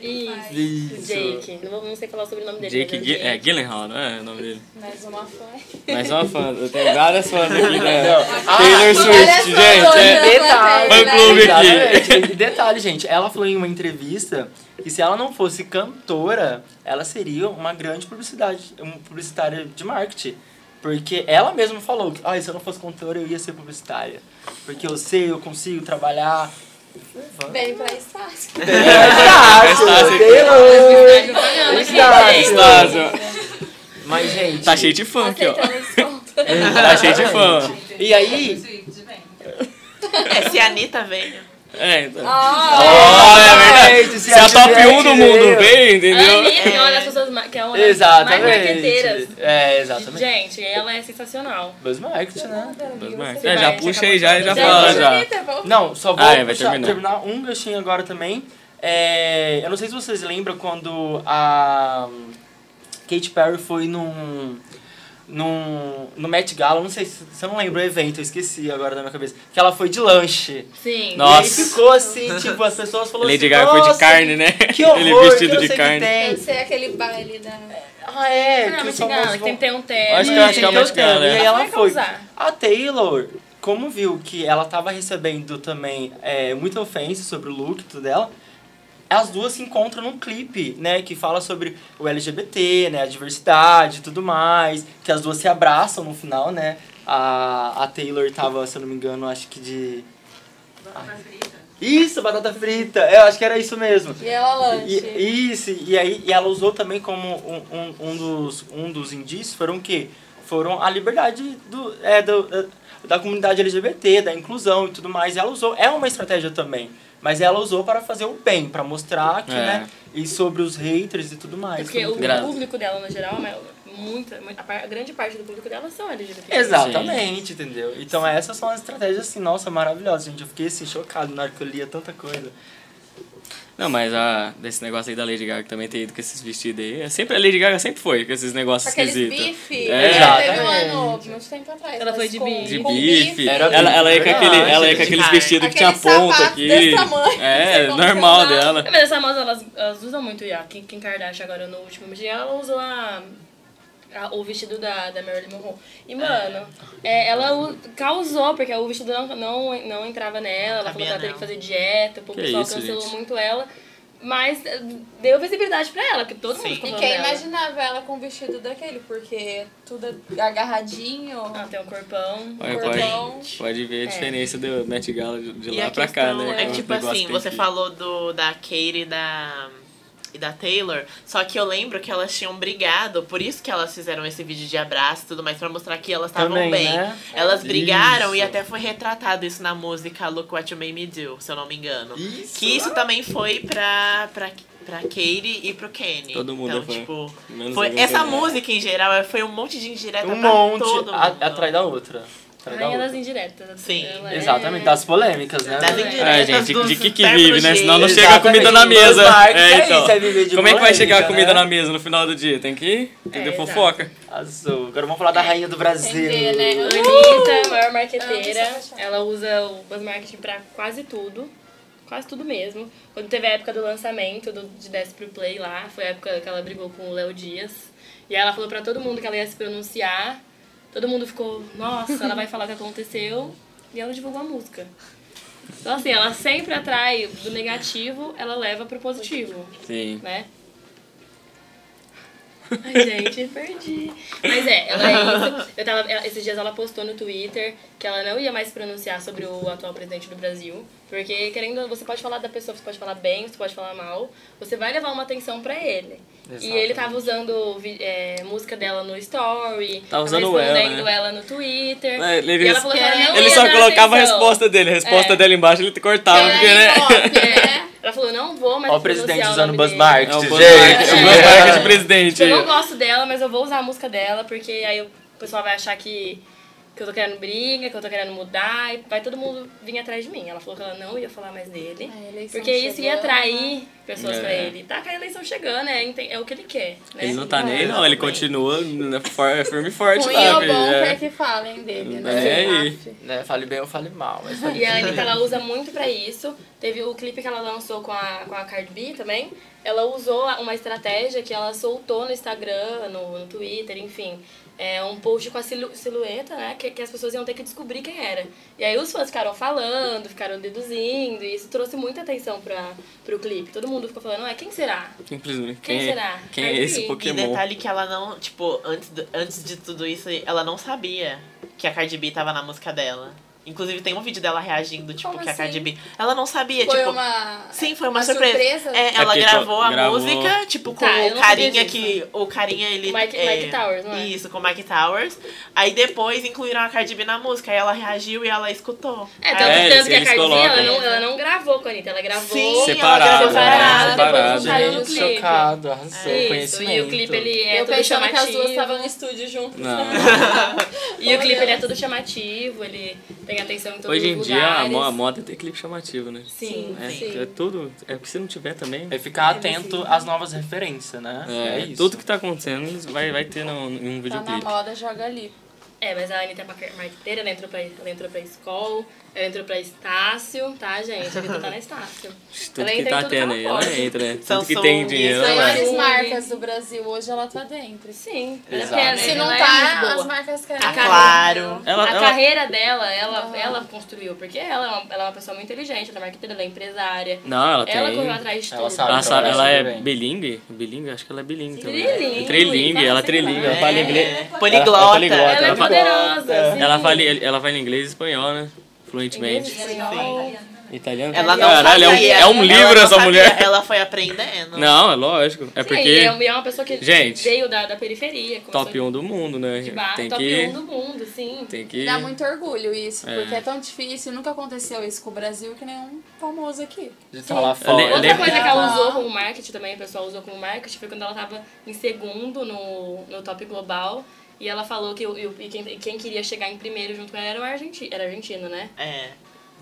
Isso.
Isso.
Jake. Não, vou- não sei falar sobre o sobrenome dele.
Jake
mas
Gil-
é
é,
o
Gyllenhaal, não é o nome dele?
Mais uma fã.
Mas é uma fã, eu tenho várias fãs aqui, né?
Ah,
Taylor Swift, gente. É,
Detalhe,
Fã
né?
clube aqui.
Exatamente. E detalhe, gente, ela falou em uma entrevista que se ela não fosse cantora, ela seria uma grande publicidade, uma publicitária de marketing. Porque ela mesma falou que, ah, se eu não fosse cantora, eu ia ser publicitária. Porque eu sei, eu consigo trabalhar.
Vem pra Estácio.
É,
Estácio,
Gyllenhaal.
Taylor,
Propaganda, gente.
Estácio.
Estácio.
Mas, gente...
Tá cheio de fã aqui, ó.
Aceitando desconto.
Tá cheio de fã.
E aí,
É, se a Anitta veio.
É, então.
Ah,
é verdade.
gente,
Se a top
é
1 do mundo veio,
A
entendeu?
Anitta é uma das pessoas ma- que é uma das mais marqueteiras.
Exatamente. É, exatamente.
Gente, ela é sensacional.
Buzz marketing, né?
É, já puxa aí já e já
Já
fala
puxa.
já.
Não, só vou
Ah, é, vai
puxar-
terminar.
terminar. um ganchinho agora também. É, eu não sei se vocês lembram quando a hum, Katy Perry foi num, num, no Met Gala, não sei se você não lembra o evento, eu esqueci agora da minha cabeça, que ela foi de lanche.
Sim.
Nossa.
E aí ficou assim, tipo, as pessoas falaram
Lady
assim,
Gaga foi de
"Nossa,
carne, né?
Que horror,
Ele
que
vestido
não
de
sei o
carne.
Que tem.
Eu sei aquele baile da.
Ah, é,
Não,
que os
mas
famosos
tem
vão-
que ter um tema.
Acho que- acho que é o
Então,
Met Gala,
E
né?
aí ela
Vai
foi.
causar.
A Taylor, como viu que ela tava recebendo também é, muita ofensa sobre o look e tudo dela, as duas se encontram num clipe, né? Que fala sobre o LGBT, né? A diversidade e tudo mais. Que as duas se abraçam no final, né? A, a Taylor tava, se eu não me engano, acho que de... Isso, batata frita! Eu acho que era isso mesmo.
E ela lanche.
E, isso, e aí e ela usou também como um, um, um dos, um dos indícios foram o quê? Foram a liberdade do, é, do, da- da comunidade LGBT, da inclusão e tudo mais. E ela usou, é uma estratégia também, mas ela usou para fazer o bem, para mostrar que,
É.
né? E sobre os haters e tudo mais.
Porque o
Gra-
público dela, no geral, mas muita, muita- a, par- a grande parte do público dela são LGBT.
Exatamente, entendeu? Então essas são as estratégias, assim, nossa, maravilhosas, gente. Eu fiquei, assim, chocado na hora que eu lia tanta coisa.
Não, mas a, desse negócio aí da Lady Gaga também ter ido com esses vestidos aí. É sempre, a Lady Gaga sempre foi com esses negócios
Aqueles
esquisitos.
bife.
É.
ela Teve um
Exatamente.
ano, muito tempo atrás.
Ela foi
mas
de
com-
bife.
De
com
bife. Ah,
Era
Ela, ela ia com,
verdade,
aquele, ela ia
gente.
com aqueles
Ai.
vestidos que tinha
Aqueles
ponta
sapatos
aqui.
desse tamanho,
É,
não sei
normal
como chamar.
dela.
É, Mas essa moda, elas, elas usam muito já. Kim, Kim Kardashian agora no último dia, ela usou a, a- o vestido da, da Marilyn Monroe. E, mano, é, ela u- causou, porque o vestido não, não, não entrava nela, ela
Cabia
falou que ela teve
nela.
que fazer dieta, o
Que
pessoal
isso,
cancelou
gente.
muito ela. Mas eh, deu visibilidade pra ela, porque todo mundo ficou
E
falando
quem
dela.
imaginava ela com um vestido daquele? Porque tudo agarradinho,
Ela tem um corpão.
Olha,
cordão.
pode, pode ver a
É.
diferença do Met Gala de, de
E
lá
a
pra cá,
questão
né?
É que, tipo
negócio
assim,
tem
você
que-
falou do, da Katie e da, e da Taylor, só que eu lembro que elas tinham brigado, por isso que elas fizeram esse vídeo de abraço e tudo mais, pra mostrar que elas estavam
Também,
bem.
né?
Elas brigaram e
Isso.
até foi retratado isso na música Look What You Made Me Do, se eu não me engano.
Isso.
Que isso também foi pra, pra, pra Katie e pro Kenny.
Todo mundo
então,
foi.
tipo...
Menos
Foi,
alguém
essa
sabe.
música em geral foi um monte de indireta
Um
pra
monte,
todo mundo.
a- atrás da outra. Atrás da
Rainha das
outra.
indiretas.
Sim.
Ela é-
Exatamente, das polêmicas, né?
Das
velho?
indiretas,
Ah, gente,
dos
de que que
supérfluos
vive, né? Senão não
de-
chega a comida na
Exatamente,
mesa.
dos marcos,
É,
é
então.
isso, é viver de
Como é que vai chegar a
polêmica,
comida
né?
na mesa no final do dia? Tem que ir? Tem
É,
que ter
exato.
fofoca.
Azul. Agora vamos falar da rainha do Brasil.
Entender, né?
Anitta, é a maior marqueteira.
Amo essa faixa.
Ela usa o Buzz Marketing pra quase tudo. Quase tudo mesmo. Quando teve a época do lançamento do, de Death Pro Play lá, foi a época que ela brigou com o Léo Dias. E ela falou pra todo mundo que ela ia se pronunciar. Todo mundo ficou, nossa, ela vai falar o que aconteceu. E ela divulgou a música. Então assim, ela sempre atrai do negativo, ela leva pro positivo
Sim.
né? Ai, gente, perdi. Mas é, ela é isso. Eu tava, ela- esses dias ela postou no Twitter que ela não ia mais se pronunciar sobre o atual presidente do Brasil. Porque, querendo, você pode falar da pessoa, você pode falar bem, você pode falar mal. Você vai levar uma atenção pra ele. E ele tava usando vi- é, música dela no story.
Tava Tá usando ela,
respondendo
né?
ela no Twitter.
É, ele-
e ela falou que ela não
Ele
ia
só
dar
colocava a
atenção.
resposta dele. A resposta
É.
dela embaixo ele cortava, porque, né?
É. Ela falou, não vou mais
Ó o presidente
pronunciar
usando
nome
Buzz
dele.
É o
Market,
Buzz Market, o
gente.
Buzz Market presidente.
Tipo, Eu não gosto dela, mas eu vou usar a música dela, porque aí o pessoal vai achar que, que eu tô querendo briga, que eu tô querendo mudar, e vai todo mundo vir atrás de mim. Ela falou que ela não ia falar mais dele.
A eleição né?
Porque isso ia
chegando.
atrair pessoas pra
É.
ele. Tá com a eleição chegando, é, ente- é o que ele quer. Né?
Ele não tá nem, não. Ele continua né, for- firme e forte
Ruim
lá,
ou
velho.
bom
É.
quer que falem dele,
É,
né?
e-
Aff.
Né, fale bem ou fale mal. Mas fale
E a Anitta, ela usa muito pra isso. Teve o clipe que ela lançou com a, com a Cardi B também. Ela usou uma estratégia que ela soltou no Instagram, no, no Twitter, enfim. É um post com a silu- silhueta, né? Que, que as pessoas iam ter que descobrir quem era. E aí os fãs ficaram falando, ficaram deduzindo. E isso trouxe muita atenção pra, pro clipe. Todo mundo ficou falando, é quem será?
Simplesmente.
Quem
Quem,
será?
quem é
Cardi B.
esse
E
E
Pokémon?
detalhe que ela não, tipo, antes, do- antes de tudo isso, ela não sabia que a Cardi B tava na música dela. Inclusive tem um vídeo dela reagindo, tipo,
Como
que a Cardi
assim?
B. Ela não sabia,
Foi
tipo.
uma.
Sim, foi uma,
uma
surpresa.
surpresa?
É, ela
que
gravou a
gravou-
música, tipo, com o
Tá, eu não sabia
carinha
disso.
que. O carinha, ele.
Mike-
é,
Mike Towers, não é?
Isso, com o Mike Towers. Aí depois incluíram a Cardi B na música. Aí ela reagiu e ela escutou.
É,
Aí
tanto,
É,
tanto
eles-
que a
eles
Cardi B, ela
colocam.
não, ela não gravou com a Anitta, ela gravou
Sim,
Separado, né?
ela
separado,
gravou
separado.
depois juntaram no
Gente,
clipe. É
chocado, arrasou,
Isso,
conhecimento.
e o clipe ele é
eu
todo
pensando que
chamativo.
as duas estavam no estúdio juntas. né?
Não.
E o clipe ele é todo chamativo, ele tem atenção em todos
Hoje em
os
dia a,
lugares.
mo- a moda é ter clipe chamativo, né?
Sim,
É,
sim.
é tudo. É porque se não tiver também.
É ficar atento
assim.
às novas referências, né?
É,
isso.
tudo que tá acontecendo vai, vai ter no, em um
Tá na
videoclipe.
moda, joga ali.
É, mas a Anitta é marque- marqueteira, ela entrou pra, ela entrou pra escola, ela entrou pra Estácio, tá, gente? A Anitta tá na Estácio.
Tudo
Ela
que
entra em
tá
tudo que
tendo
ela
aí, ela
pode.
entra, né? Tudo
Samsung,
que tem dinheiro,
As
ela
aí,
entra.
maiores
Samsung.
marcas do Brasil, hoje ela tá dentro.
Sim,
Exato.
porque
Se
ela
não
é
tá,
muito boa.
as marcas querem.
Ah, claro.
Ela,
a
ela-
carreira dela, ela, ela construiu, porque ela é, uma, ela é uma pessoa muito inteligente, ela é marqueteira, ela é empresária.
Não, ela tem.
Ela correu atrás de
Ela
tudo.
sabe.
Ela, sa-
Ela
ela
sabe
é
bem.
bilingue? Bilingue? Acho que ela é bilingue também.
Trilingue.
É Trilingue, ela é trilingue. Ela fala
É.
inglês.
Poliglota.
poliglota.
Ela é
Ela fala-
poderosa.
É.
assim. sim.
Ela fala, ela fala inglês e espanhol, né?
Inglês,
Fluentemente.
espanhol.
Italiano?
Ela não
Caralho, é um,
sabia.
é um
Ela
livro
não
essa
sabia,
mulher.
Ela foi aprendendo.
Não, é lógico. É
Sim, e
porque
é um- e é uma pessoa que
Gente.
veio da, da periferia. começou
top 1 do mundo, né?
de bar,
Tem
Tipo, ah, top
que.
1 do mundo, assim. sim.
Tem que.
Dá muito orgulho isso,
É.
porque é tão difícil. Nunca aconteceu isso com o Brasil que nenhum famoso aqui.
tá
De estar lá
Eu
fora.
Outra
lembro-
coisa que ela
Ah.
usou como marketing também, o pessoal usou como marketing, foi quando ela tava em segundo no, no top global. E ela falou que o- e o- e quem, e quem queria chegar em primeiro junto com ela era o argentino, era argentino né?
É.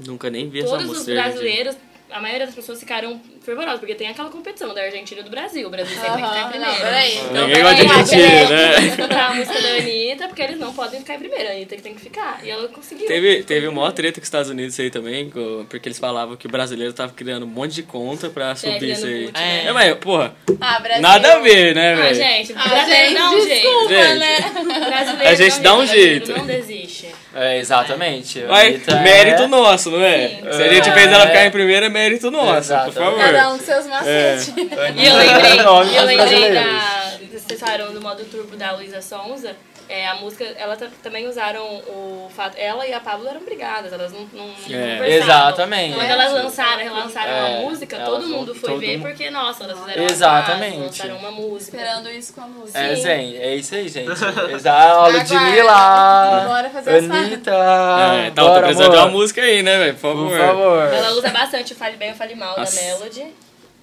Nunca nem vi essa
Todos os
música.
brasileiros, a maioria das pessoas ficaram fervorosas, porque tem aquela competição da Argentina e do Brasil. O Brasil sempre
Aham,
fica em
não,
primeiro. é,
peraí.
É.
Então,
Ninguém gosta de
peraí.
Argentina, né?
Escutar a música da Anitta, porque eles não podem ficar em primeiro. A Anitta que tem que ficar. E ela conseguiu.
Teve, teve maior treta com os Estados Unidos aí também, co- porque eles falavam que o brasileiro tava criando um monte de conta pra subir
criando
isso aí.
boot,
né?
É, mas, porra,
Ah, Brasil.
nada a ver, né,
Ah,
velho?
gente, brasileiro dá um jeito.
Gente,
Brasileiro
A gente dá um
brasileiro
jeito.
Não desiste.
É, exatamente. A
Vai,
Anitta é-
mérito nosso, não é?
Sim.
Se a gente fez ela ficar em primeiro, é mérito nosso,
Exato.
por favor. É,
Cada um com seus macetes.
É.
E eu lembrei,
Nome
e eu
dos
lembrei
brasileiros.
da. Vocês falaram do modo turbo da Luísa Sonza. É, a música, ela ta- também usaram o fato. Ela e a Pablo eram brigadas, elas não, não, não
É,
conversavam.
exatamente.
Quando elas lançaram, relançaram
É,
uma música,
elas
todo
vão-
mundo foi
todo
ver
mundo-
porque, nossa, elas fizeram
Exatamente.
uma fase, lançaram uma música.
Esperando isso com a música.
É,
Sim.
gente, é isso aí, gente. Exato, a
Aguarda.
Ludmilla.
Bora fazer essa.
Anitta.
É, tá,
Ah, bora,
tô precisando de
amor.
uma música aí, né, velho? Por favor.
Por favor.
Ela usa bastante o Fale Bem e o Fale Mal
Nossa. É.
da Melody.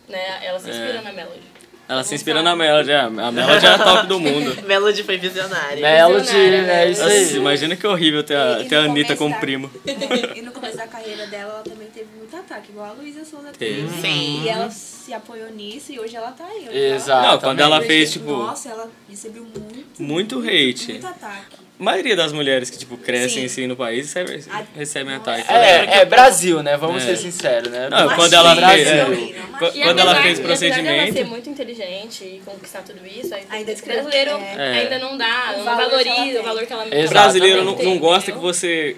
Né? Ela se inspira na Melody.
Ela se inspira na Melody, é, a Melody é a top do mundo.
Melody foi visionária.
Né?
Melody, é isso
Nossa,
aí.
imagina que horrível ter a,
E- e
ter Ah, a
no
Anitta
começo
como
da-
primo.
E no começo da carreira dela, ela também teve muito ataque, igual a Luísa Souza né?
Teve.
Sim.
E ela se apoiou nisso e hoje ela tá aí. Hoje
Exato.
Não, quando ela
Ela
fez, tipo,
Nossa, ela recebeu muito,
muito hate.
muito ataque.
A maioria das mulheres que, tipo, crescem
Sim.
assim no país recebem, recebem ataque.
É, é Brasil, né? Vamos
É.
ser sinceros, né?
Não, quando ela fez, é,
Brasil.
qu-
E
quando ela
apesar-
fez o
e apesar dela ser
procedimento,
muito inteligente e conquistar tudo isso, ainda
Ainda
esse brasileiro
é.
ainda não dá,
O
não
valor que ela
valoriza
tem.
o valor que ela
o
né?
Exato.
é, brasileiro não,
tem,
não gosta que
entendeu?
você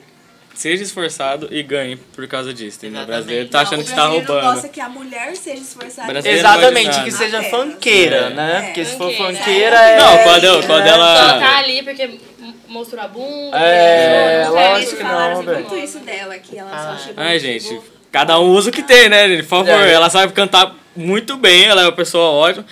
seja esforçado e ganhe por causa disso, entendeu? O
Exatamente.
brasileiro tá achando
o
que tá
brasileiro
roubando.
gosta que a mulher seja esforçada.
Brasileiro-
Exatamente, que
Não.
seja
Apenas.
fanqueira,
É.
né?
É.
Porque se for
Funkeira.
fanqueira é.
Não, quando, quando
Só tá
ela...
ali porque m- mostrou a bunda. porque mostrou,
É,
Eles
não
lógico que não,
falaram
velho.
muito isso dela, que ela só chegou tipo,
Ai,
e
gente,
chegou.
cada um usa o que tem, né, gente? Por favor,
É.
ela sabe cantar muito bem, ela é uma pessoa ótima.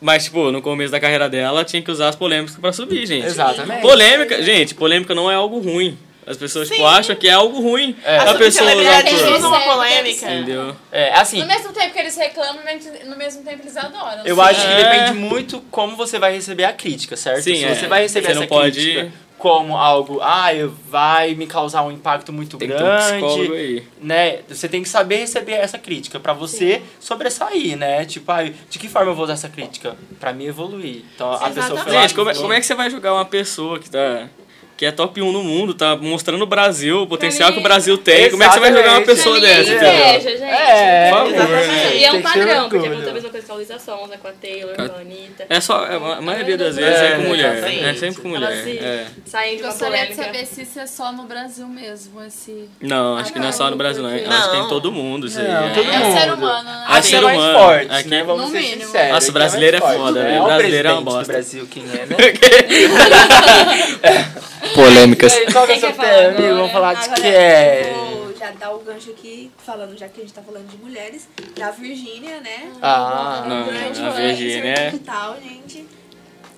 Mas, tipo, no começo da carreira dela, tinha que usar as polêmicas pra subir, gente.
um
Exatamente.
Polêmica, gente, polêmica não é algo ruim. As pessoas, tipo, acham que é algo ruim.
É.
A
As
pessoa usar
subcelebridades
é
por...
usam é uma
Percebe,
polêmica.
Entendeu?
É, assim,
No mesmo tempo que eles reclamam, mas no mesmo tempo eles adoram.
eu
Sim.
acho que
É.
depende muito como você vai receber a crítica, certo?
Sim,
se
é.
você vai receber
Você
essa
não pode-
crítica como algo, ah, eu- vai me causar um impacto muito
Tem que ter um psicólogo
grande.
aí.
Né? Você tem que saber receber essa crítica pra você sobressair, né? Tipo, ah, de que forma eu vou usar essa crítica? Pra me evoluir. Então a pessoa foi lá,
Gente, como é, como é que você vai julgar uma pessoa que tá... Que é top 1 no mundo, tá mostrando o Brasil, o potencial
mim-
que o Brasil tem. Como é que você vai julgar uma
Exatamente.
pessoa
Pra mim é
dessa, entendeu?
inveja, gente.
É,
Por favor,
exatamente.
né?
E é um
Tem que ter
padrão, porque
orgulho.
aconteceu a mesma coisa com a Luísa Sonza, com a Taylor, com a Anitta.
É só. A a maioria das vezes é, com
É,
mulher.
exatamente.
É sempre com mulher.
Elas se-
É.
Saindo de uma
Gostaria de
polêmica.
saber se isso é só no Brasil mesmo, esse.
Não, é, acho que não é só no Brasil, não. Acho que tem em todo mundo isso aí.
Não,
é.
todo
É
mundo.
o ser humano, né?
Aqui
sim.
é mais
humano.
forte,
Aqui-
né? Vamos
No
ser
mínimo.
sinceros.
Nossa,
aqui
brasileiro
mais
é
forte,
foda,
né?
velho.
Olha o
Brasileiro é uma
presidente
bosta.
do Brasil, quem é, né?
Polêmicas.
E aí, Qual que é o
Quem
seu
quer falar
tema, amigo? Vamos
agora?
falar de
Agora,
que é...
eu vou já dar o gancho aqui, falando, já que a gente tá falando de mulheres, da Virgínia, né?
Ah,
Não,
Grande
Né? a
influencer
Virgínia é-
digital, gente.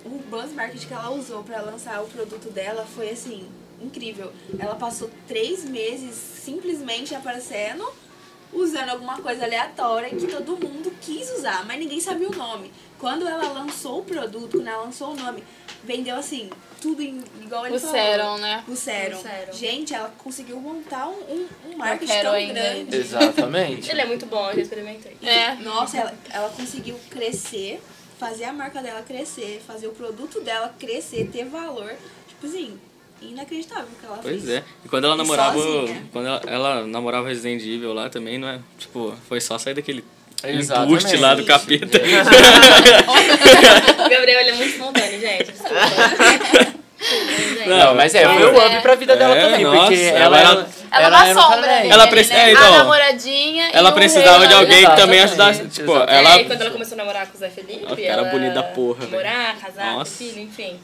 O buzz market que ela usou pra lançar o produto dela foi assim, incrível. Ela passou três meses simplesmente aparecendo, usando alguma coisa aleatória que todo mundo quis usar, mas ninguém sabia o nome. Quando ela lançou o produto, quando ela lançou o nome, vendeu assim, tudo em- igual ele
O
falou.
Serum, né?
O Serum.
O Serum.
Gente, ela conseguiu montar um, um, um marketing
quero
tão
ainda.
grande.
exatamente.
Ele é muito bom, eu já experimentei.
É.
Nossa, ela, ela conseguiu crescer, fazer a marca dela crescer, fazer o produto dela crescer, ter valor. Tipo assim, inacreditável o que ela fez.
Pois é. E quando ela namorava.
sozinha.
Quando ela, ela namorava Resident Evil lá também, não é? Tipo, foi só sair daquele
Exatamente.
embuste lá do capeta.
O Gabriel ele é muito espontâneo, gente. Desculpa. Gente,
Não, mas é, foi
Mas
o
é.
up pra vida dela
É,
também,
nossa,
porque
ela
ela,
era-
Ela
ela
dá
era um
sombra,
talento.
né?
Ela precisa- é,
A
então.
namoradinha e
um
Ela
o
precisava
rei
de
lá
alguém que
Exatamente,
também ajudasse. Tipo,
exatamente.
ela.
É, e quando ela começou a namorar com o Zé Felipe,
Ó, cara
ela
bonito da porra,
namorar, casar, ter
Nossa.
filho, enfim.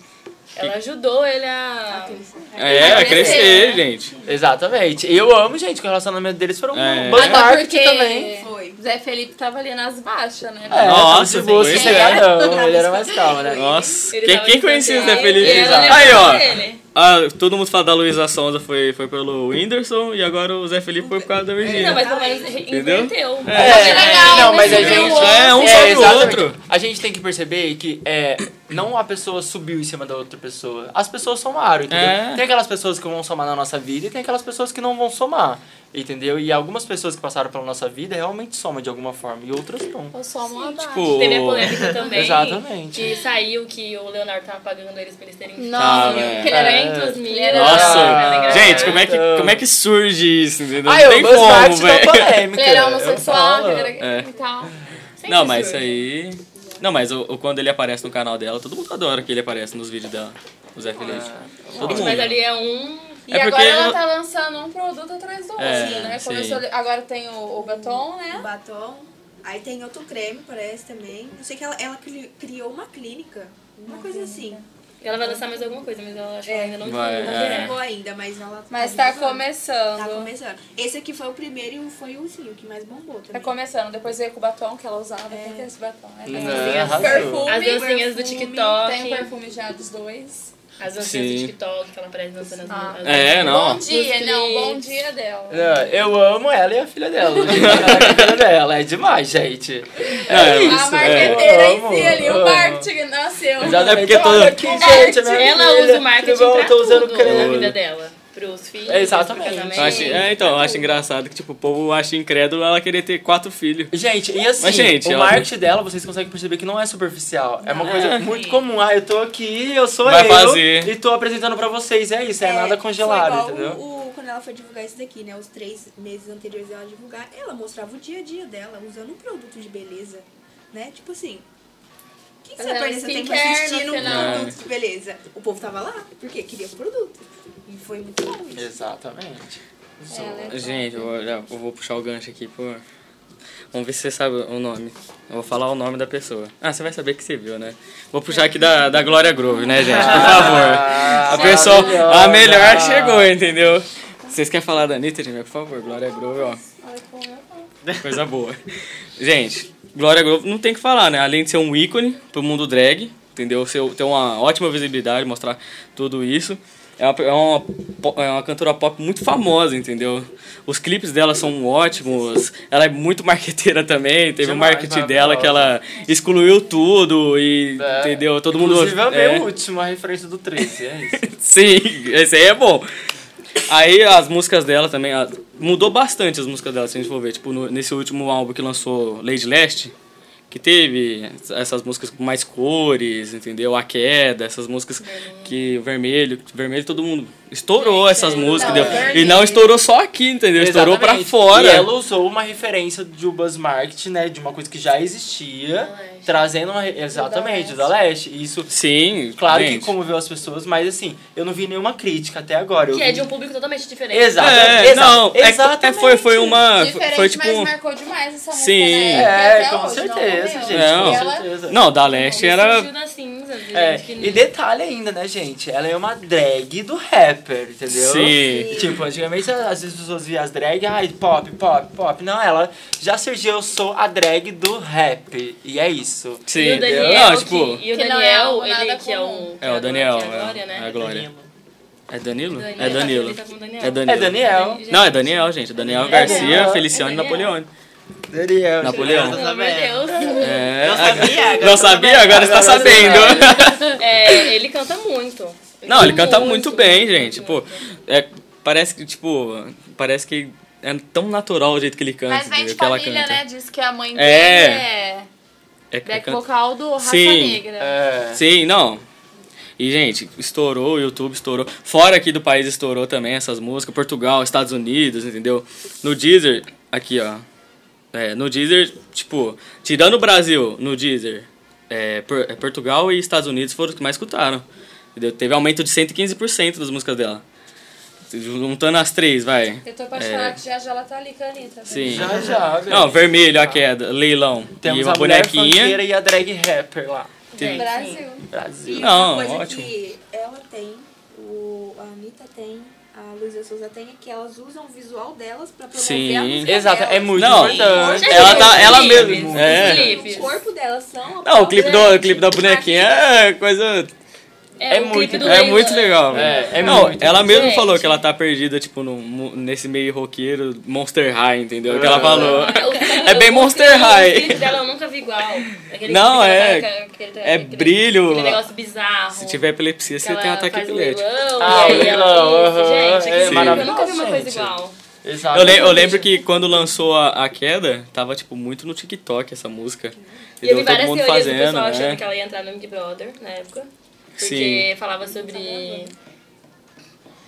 Ela ajudou ele a...
É, a
né?
crescer, gente.
Exatamente. Eu amo, gente, que o relacionamento deles foram
É.
um buzz
Até
market
porque- É.
também.
Foi.
Zé Felipe tava ali nas baixas, né?
É,
Nossa,
se fosse
foi.
cegadão, ele era mais calmo, né?
Nossa,
Ele
quem,
tava
quem conhecia o Zé
distanciado.
Felipe?
E ela
Aí,
lembrou
ó.
dele.
Ah, todo mundo fala da Luísa Sonza foi, foi pelo Whindersson e agora o Zé Felipe foi por causa da Virgínia.
Não, mas pelo menos re-
Entendeu?
inverteu.
É,
legal,
não, mas a
né?
gente.
É, um sobre o
exatamente.
outro.
A gente tem que perceber que é, não a pessoa subiu em cima da outra pessoa. As pessoas somaram, entendeu?
É.
Tem aquelas pessoas que vão somar na nossa vida e tem aquelas pessoas que não vão somar, entendeu? E algumas pessoas que passaram pela nossa vida realmente somam de alguma forma e outras não.
Eu sou uma abaixo.
Tipo,
Teve a polêmica também.
Exatamente.
Que saiu que o Leonardo tava pagando eles pra eles terem filho.
Não,
Ah, velho.
Que ele era entre os mil.
nossa.
Ah,
gente, como é, que,
então.
como é que surge isso, entendeu?
Ah,
Não
eu
tem
gosto
como,
parte da
velho.
polêmica.
Ele era
eu
homossexual,
falo.
ele era e tal.
é. Não, mas isso aí... Não, mas o, o- quando ele aparece no canal dela, todo mundo adora que ele aparece nos vídeos dela, o Zé Felipe. todo mundo.
Ah, Mas ali é um...
E
É
agora
porque-
ela tá lançando um produto atrás do outro,
É,
né?
sim.
Começou, agora tem o, o batom,
Um
né?
batom. Aí tem outro creme, parece também. Eu sei que ela, ela cri- criou uma clínica. Uma, coisa assim.
Ela vai lançar mais alguma coisa, mas eu acho que
É.
ela ainda não
Vai,
não
é.
Não ainda, mas ela
Mas tá
usando.
começando.
Tá começando. Esse aqui foi o primeiro e foi o sim, o que mais bombou
Tá
também.
começando. Depois veio com o batom que ela usava. Tem que esse batom,
É,
né? Tem
Não, é
dancinha do
arrasou.
perfume.
É. As dancinhas do
perfume,
TikTok.
Tem perfume já dos dois.
As dancinhas
Sim.
do TikTok, que ela aparece dançando as
Ah.
as-
É, não.
Bom dia,
Dos
não.
clipes.
Bom dia dela.
Não, Eu amo ela e a filha dela. a filha dela é demais, gente. É,
É,
isso.
A marqueteira
é.
em si ali,
Amo,
o
amo.
marketing nasceu.
Exato, é porque
Olha
toda.
que
gente,
Ela usa o marketing pra
eu tô usando
tudo na
creme.
vida dela. Pros filhos,
Exatamente.
pro
Eu acho-
casamento.
é, então, eu acho engraçado que, tipo, o povo acha incrédulo ela querer ter quatro filhos.
Gente, e assim,
Mas, gente, é
o
ela-
marketing dela, vocês conseguem perceber que não é superficial. É uma coisa muito comum. Ah, eu tô aqui, eu sou
Vai
eu
fazer.
e tô apresentando pra vocês. É isso, é, nada
foi
congelado,
igual
entendeu?
O, o- quando ela foi divulgar isso daqui, né? Os três meses anteriores dela divulgar, ela mostrava o dia a dia dela, usando um produto de beleza, né? Tipo assim. Quem que você vai
Fazendo
perder seu tempo
skincare no
assistindo um
final.
produto de beleza? O povo tava lá, porque queria o produto. E foi muito bom isso.
Exatamente.
Ela é-
Gente, eu vou, já- eu vou puxar o gancho aqui por. Vamos ver se você sabe o nome. Eu vou falar o nome da pessoa. Ah, você vai saber que você viu, né? Vou puxar aqui da, da Glória Groove, né, gente? Por favor.
Ah,
A pessoa. A melhor que
maravilhosa.
chegou, entendeu? Vocês querem falar da Anitta, gente? Por favor, Glória Groove, ó. Coisa boa. Gente, Glória Groove não tem o que falar, né? Além de ser um ícone pro mundo drag, entendeu? Seu- Ter uma ótima visibilidade, mostrar tudo isso. É uma, é, uma, po- é uma cantora pop muito famosa, entendeu? Os clipes dela são ótimos. Ela é muito marqueteira também. Teve o
Demais,
marketing dela que
maravilhosa.
ela excluiu tudo e,
É.
entendeu? Todo mundo...
Inclusive, eu amei
é.
o último, a referência do 13, é isso.
Sim, esse aí é bom. Aí as músicas dela também. a- Mudou bastante as músicas dela, se a gente for ver. Tipo, no- nesse último álbum que lançou Lady Leste, que teve essas músicas com mais cores, entendeu? A queda, essas músicas que. Vermelho. Vermelho todo mundo estourou essas músicas,
Não,
entendeu?
é
E não estourou só aqui, entendeu? Estourou pra
Exatamente.
fora.
E é ela usou uma referência do Buzz Market, né? De uma coisa que já existia,
Da Leste.
trazendo uma. re- Exatamente, da Leste. E Isso,
Sim,
claro
gente.
que comoveu as pessoas, mas assim, eu não vi nenhuma crítica até agora. Eu
Que é
vi-
de um público totalmente diferente.
Exato.
É,
Exato.
não, é, que- é, foi, foi uma.
Diferente,
Foi tipo.
mas
um-
marcou demais essa música,
Sim.
né?
É,
Que até
com
hoje não
certeza,
morreu.
gente.
Não.
Com
Ela-
certeza.
Não, da Leste
Surgiu
era.
das cinzas, gente,
É,
que-
e detalhe ainda, né, gente? Ela é uma drag do rapper, entendeu?
Sim.
Tipo, antigamente às vezes as pessoas viam as drag, ai, pop, pop, pop. Não, ela já surgiu, eu sou a drag do rap. E é isso.
E
Sim.
o Daniel,
Não,
que-
tipo.
e o
Que não é
Daniel,
algo
ele
nada
que é
comum.
um...
É, o Daniel,
que é a
é,
Glória, né?
é a Glória.
Danilo.
É Danilo?
Daniel,
É Danilo.
ele tá com Daniel.
É Danilo.
É Daniel.
Gente,
Não, é Daniel, gente. É Daniel Garcia,
Daniel.
Feliciano e
É Daniel.
Napoleone.
Daniel.
É
Napoleão.
Pelo amor de Deus.
É.
Não sabia, agora
Não
tá
sabia?
sabendo.
Agora está
Agora tá
sabendo.
É, ele canta muito.
Não, ele canta muito bem, gente. Pô, é, parece que, tipo. Parece que é tão natural o jeito que ele canta.
Mas vem de
o que ela
família,
canta.
né? Diz que a mãe dele
É.
é
É que
back
canta-
vocal do Raça
Sim.
Negra.
É.
Sim, não. E, gente, estourou, o YouTube estourou. Fora aqui do país estourou também essas músicas. Portugal, Estados Unidos, entendeu? No Deezer, aqui, ó. É, no Deezer, tipo, tirando o Brasil, no Deezer, é, Por- é, Portugal e Estados Unidos foram os que mais escutaram. Entendeu? Teve aumento de 115% das músicas dela. Juntando as três, vai.
Eu tô apaixonada
É.
que já já ela tá ali com a Anitta.
Sim.
Já, já, velho.
Não, vermelho, a queda, leilão.
Temos
e uma
a mulher funkeira
bonequinha.
e a drag rapper lá.
É,
Teve-
Brasil.
Brasil.
E
Não,
uma coisa
ótimo.
que ela tem, o, a Anitta tem, a Luísa Souza tem, é que elas usam o visual delas pra promover
Sim.
a música
Exato,
delas.
é muito
Não,
importante.
Ela tá, ela
Clipes,
mesmo.
clipes.
É.
Clipes.
O corpo delas são... a
Não, o
própria-
clipe, do, o clipe da bonequinha é coisa.
o
É
clipe
muito-
do
É
Leila.
muito legal,
É,
velho.
é
Não,
muito.
ela mesmo
Gente.
falou que ela tá perdida, tipo, no, mu- nesse meio roqueiro Monster High, entendeu? É que
Ah.
ela falou.
O clipe-
É bem
o
Monster
clipe-
High.
O clipe dela eu nunca vi igual. Aquele
Não,
clipe que ela
é-
tá- aquele-
é
aquele-
brilho.
Aquele negócio bizarro.
Se tiver epilepsia, você tem um ataque epilético.
Ah,
Ah,
o leilão, aham,
Gente,
é
aquele clipe, eu nunca vi uma
maravilhoso,
coisa
gente.
igual.
Exato.
Eu, le- eu lembro que quando lançou a, a queda, tava, tipo, muito no TikTok essa música.
E eu vi
Entendeu? Todo
várias
mundo
teorias do
fazendo,
pessoal achando que é
né?
ela ia entrar no Big Brother na época. Porque
Sim.
falava sobre.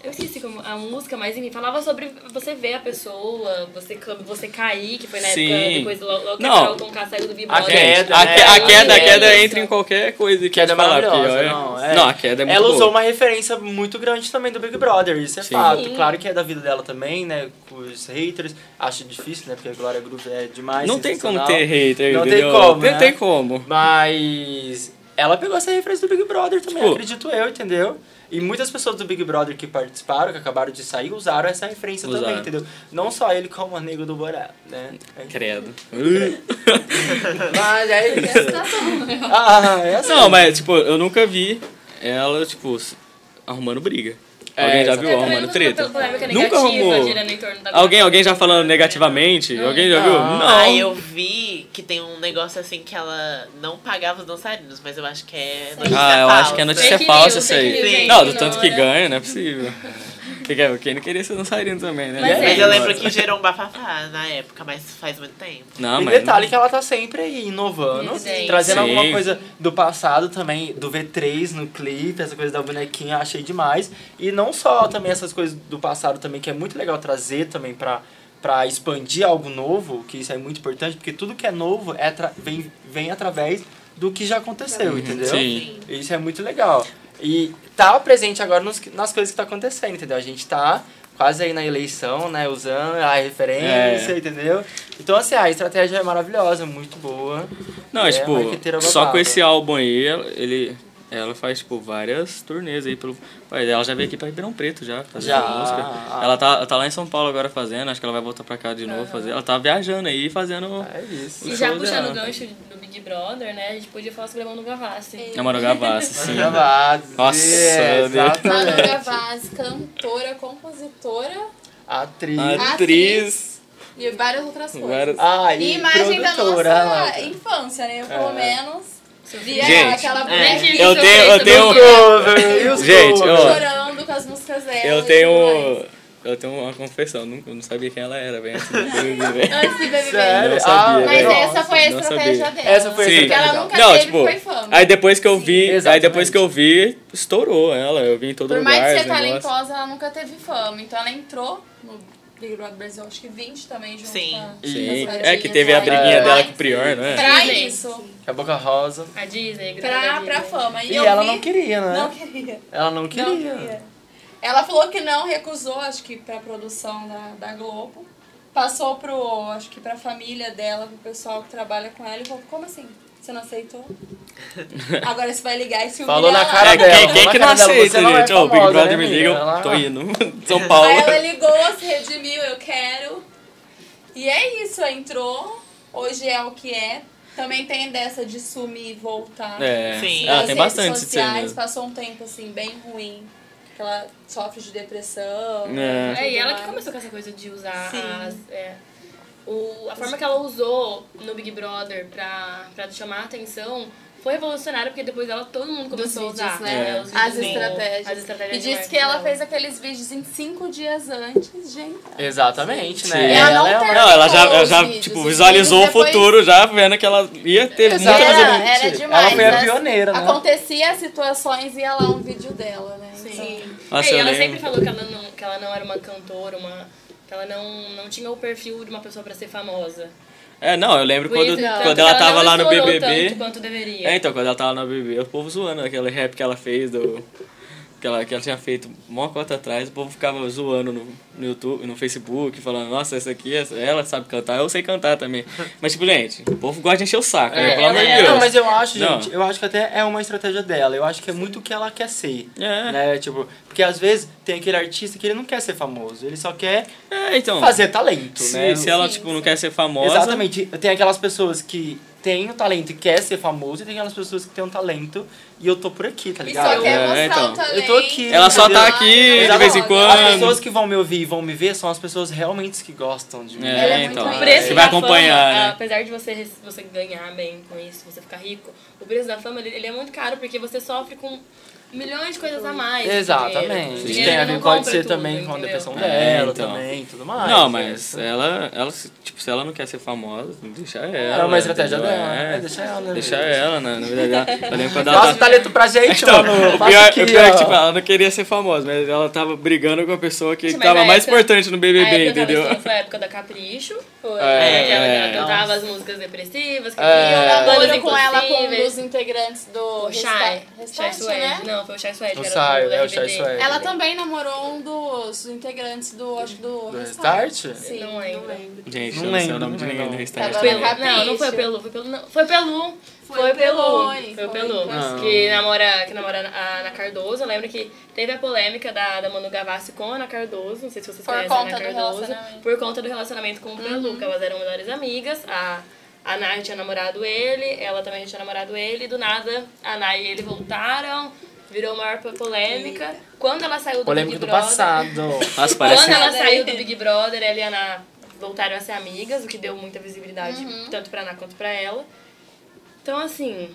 Eu esqueci como a música, mas enfim, falava sobre você ver a pessoa, você, ca- você cair, que foi na época
Sim.
depois do logo que
Não.
a Carol K saiu do Big Brother.
queda,
a,
né?
que- a
Ela
queda, a
usa
queda
isso.
entra em qualquer coisa. que
Queda é
te falar,
maravilhosa,
pior, é-
não, é.
a queda é muito
Ela usou
boa.
uma referência muito grande também do Big Brother, isso é
Sim.
fato.
Sim.
Claro que é da vida dela também, né? Com os haters. Acho difícil, né? Porque a Glória Groove é demais.
Não tem como
sensacional.
ter hater,
Não tem
entendeu?
como,
Não
né?
tem como.
Mas ela pegou essa referência do Big Brother também,
Tipo-
acredito eu, entendeu? E muitas pessoas do Big Brother que participaram, que acabaram de sair, usaram essa referência também,
Usaram.
entendeu? Não só ele como a Nego do Borá, né?
Credo.
Mas é isso. ah, é assim.
Não, mas, tipo, eu nunca vi ela, tipo, s- arrumando briga.
É,
alguém já
exato.
viu
Eu também
arrumando
nunca vi uma
treta?
polêmica
Nunca
negativa
arrumou.
girando em torno da
Alguém,
Glória.
alguém já falando negativamente? Alguém já viu?
Ah.
Não.
Ah, eu vi que tem um negócio assim que ela não pagava os dançarinos, mas eu acho que é notícia
Ah, eu acho que
falsa.
é notícia
Fake
falsa
news,
isso
fake
aí.
news, gente,
não, do tanto que
ignora.
ganha, não é possível. Quem quer- Quem não queria ser dançarino também, né?
Mas
Mas
é.
eu lembro que gerou um bafafá na época, mas faz muito tempo.
Não,
e
mas.
detalhe que ela tá sempre aí inovando,
Sim.
trazendo
Sim.
alguma coisa do passado também, do V3 no clipe, essa coisa da bonequinha, achei demais. E não só também essas coisas do passado também, que é muito legal trazer também pra, pra expandir algo novo, que isso é muito importante, porque tudo que é novo é atra- vem, vem através do que já aconteceu, entendeu?
Uhum. Sim.
Isso é muito legal. E tá presente agora nos- nas coisas que tá acontecendo, entendeu? A gente tá quase aí na eleição, né? Usando a referência,
É.
entendeu? Então, assim, a estratégia é maravilhosa, muito boa.
Não,
É,
é, tipo,
marqueteira
só
babada.
com esse álbum aí, ela- ele. Ela faz, tipo, várias turnês aí pelo. Pai, Ela já veio aqui pra Ribeirão Preto já, fazer
Já.
música. Ela tá, ela tá lá em São Paulo agora fazendo, acho que ela vai voltar pra cá de novo fazer. Ela tá viajando aí fazendo.
É isso.
o
E já
show
puxando o
dela.
gancho do Big Brother, né? A gente podia falar sobre a Manu Gavassi.
É Manu Gavassi, sim.
Gravados.
Nossa,
é,
meu Deus.
Manu
exatamente.
Gavassi, cantora, compositora
Atriz.
Atriz.
e várias outras coisas.
Várias-
Ah,
E
e
imagem da nossa
produtora. lá.
infância, né? Eu, pelo menos, via
É. Gente,
aquela
É.
bonequinha
Eu tenho- um eu tenho-
Cover, e os
Gente,
covers.
ó.
chorando com as músicas dela.
Eu
e
tenho.
tudo mais.
Ela tem uma confessão, não- eu não sabia quem ela era, velho. antes do BBB, velho.
Antes do BBB.
Sério?
Não sabia,
Ah, Mas
velho.
essa foi a
Não
estratégia
sabia.
dela.
Essa foi a
Sim.
Porque
estratégia
ela
dela.
nunca
Não,
teve
tipo,
foi fama.
Aí depois que eu vi, aí
Exatamente.
depois que eu vi, estourou ela. Eu vi em todo
Por
lugar.
mais tá de ser
esse negócio.
talentosa, ela nunca teve fama. Então ela entrou no Big Brother Brasil, acho que 20 também, junto
Sim.
com a-
Sim,
com as
é que teve
brasileiras lá.
a briguinha
É.
dela com o Prior, não é?
Pra
Sim.
isso,
A boca rosa.
A Disney,
pra,
grávida da
pra
Disney.
fama. E,
E
eu
ela
vi-
não queria, né?
Não queria.
Ela não queria.
Não queria. Ela falou que não, recusou, acho que pra produção da, da Globo. Passou pro, acho que pra família dela, pro pessoal que trabalha com ela, e falou, como assim? Você não aceitou? Agora você vai ligar e se humilhar.
Falou na
lá."
cara
É,
dela.
quem, quem
Ela
que não
não é
aceita,
famosa,
gente? Ô, o Big
né,
Brother me
menina?
liga,
Ela-
eu tô indo. São Paulo.
Aí ela é ligou, se redimiu, eu quero. E é isso, entrou. Hoje é o que é. Também tem dessa de sumir e voltar.
É,
Sim.
ela
Nas redes
tem bastante isso aí
sociais,
mesmo.
passou um tempo assim, bem ruim. Que ela sofre de depressão.
É.
É, e ela que
mais.
começou com essa coisa de usar
Sim.
as. é, o, a forma que ela usou no Big Brother pra, pra chamar a atenção foi revolucionária, porque depois ela todo mundo começou
vídeos,
a usar.
né?
É, os vídeos
As
dela,
estratégias.
as estratégias
E
de
disse que
marketing
ela
dela.
fez aqueles vídeos em cinco dias antes, gente.
Exatamente,
Sim.
né?
Ela
não tem-
é uma-
Não, tá ela já,
Os
ela já
vídeos,
tipo,
os
visualizou
vídeos
o futuro, já vendo que ela ia ter muita
Exatamente.
visibilidade.
Era, era demais.
Ela foi a
As-
pioneira, né?
Acontecia as situações e ia lá um vídeo dela, né?
Sim.
Nossa,
É, e
eu
ela
lembro.
sempre falou que ela não, que ela não era uma cantora, uma, que ela não, não tinha o perfil de uma pessoa pra ser famosa.
É, não, eu lembro
Por
quando,
isso, tanto
quando
que
ela tava
né? não
lá no
estourou
BBB.
Tanto quanto deveria.
É, então, quando ela tava no BBB, o povo zoando aquele rap que ela fez do. Que ela, que ela tinha feito mó cota atrás, o povo ficava zoando no, no YouTube, no Facebook, falando, nossa, essa aqui, essa- ela sabe cantar, eu sei cantar também. Mas, tipo, gente, o povo gosta de encher o saco, né? Pelo amor de Deus.
É, Não, mas eu acho,
Não.
gente, eu acho que até é uma estratégia dela. Eu acho que é muito o que ela quer ser.
É.
Né? Tipo, porque às vezes tem aquele artista que ele não quer ser famoso, ele só quer
É, então.
fazer talento,
se,
né?
se ela, tipo, não quer ser famosa.
Exatamente. Tem aquelas pessoas que têm o talento e quer ser famoso, e tem aquelas pessoas que têm um talento e eu tô por aqui, tá
E
ligado?
só quer
É,
mostrar
então.
o talento.
Eu tô aqui.
Ela só tá
Entendeu?
aqui de
Exatamente.
vez em
As
quando.
pessoas que vão me ouvir e vão me ver são as pessoas realmente que gostam de mim.
É,
é
então.
muito
O
Ah,
preço
Você
da
vai acompanhar,
fama,
né?
apesar de você, rece- você ganhar bem com isso, você ficar rico, o preço da fama ele, ele é muito caro porque você sofre com milhões de coisas a mais. do dinheiro. O
Exatamente. Tem a
dinheiro
ver,
não
pode
compra
ser
tudo,
também com a
entendeu?
depressão
É,
dela
então.
também e tudo mais.
não,
é
mas
isso.
ela, ela, se- tipo, se ela não quer ser famosa, deixa ela.
É uma estratégia
entendeu?
dela.
É,
É, deixa ela, né?
Deixa
velho?
ela, né? Na vida dela. Eu lembro quando ela
Nossa,
tá-
talento pra gente,
Então,
mano.
o
Passa
pior,
aqui,
o pior é
ó.
que, tipo, ela não queria ser famosa, mas ela tava brigando com a pessoa que
Gente, mas
tava
na
mais
época-
importante no
A época
BBB,
que eu tava assim.
entendeu?
estudando foi a época da Capricho.
Foi.
É,
né, que ela,
é.
ela cantava as músicas depressivas, que
É.
vinham,
Eu
bandas
Namoro com ela com um
impossíveis.
dos integrantes do
O Shai. Shai
Restart,
oh, Suede.
né?
Não, foi o Shai Suede.
O
que era
Shai,
do
é, o
RBD.
Shai Suede.
Ela também namorou um dos integrantes do, acho que do,
Do Restart?
Sim,
Não
não
lembro.
lembro.
Gente,
Não
eu não sei
lembro,
o nome de
não
ninguém do
lembro.
restart.
Tava
Pelu.
na Capricho.
Não, não foi o Pelu, foi o Pelu. Não, foi o Pelu.
Foi
Foi o
o Pelu,
Pelu. Foi o
foi
Pelu.
Não.
Que namora, que namora a Ana Cardoso. Eu lembro que teve a polêmica da, da Manu Gavassi com a Ana Cardoso. Não sei se vocês
Por
conhecem a Ana
conta do
Cardoso.
relacionamento. Uhum.
Por conta do relacionamento com o Pelu, que elas eram melhores amigas. A, a Nay tinha namorado ele, ela também tinha namorado ele. Do nada, a Nay e ele voltaram. Virou maior polêmica. Quando ela saiu do Big
Polêmica do
Brother...
passado.
Nossa,
Quando
parece.
ela saiu do Big Brother, ela e a Ana voltaram a ser amigas, o que deu muita visibilidade, tanto pra Ana quanto pra ela. Então, assim,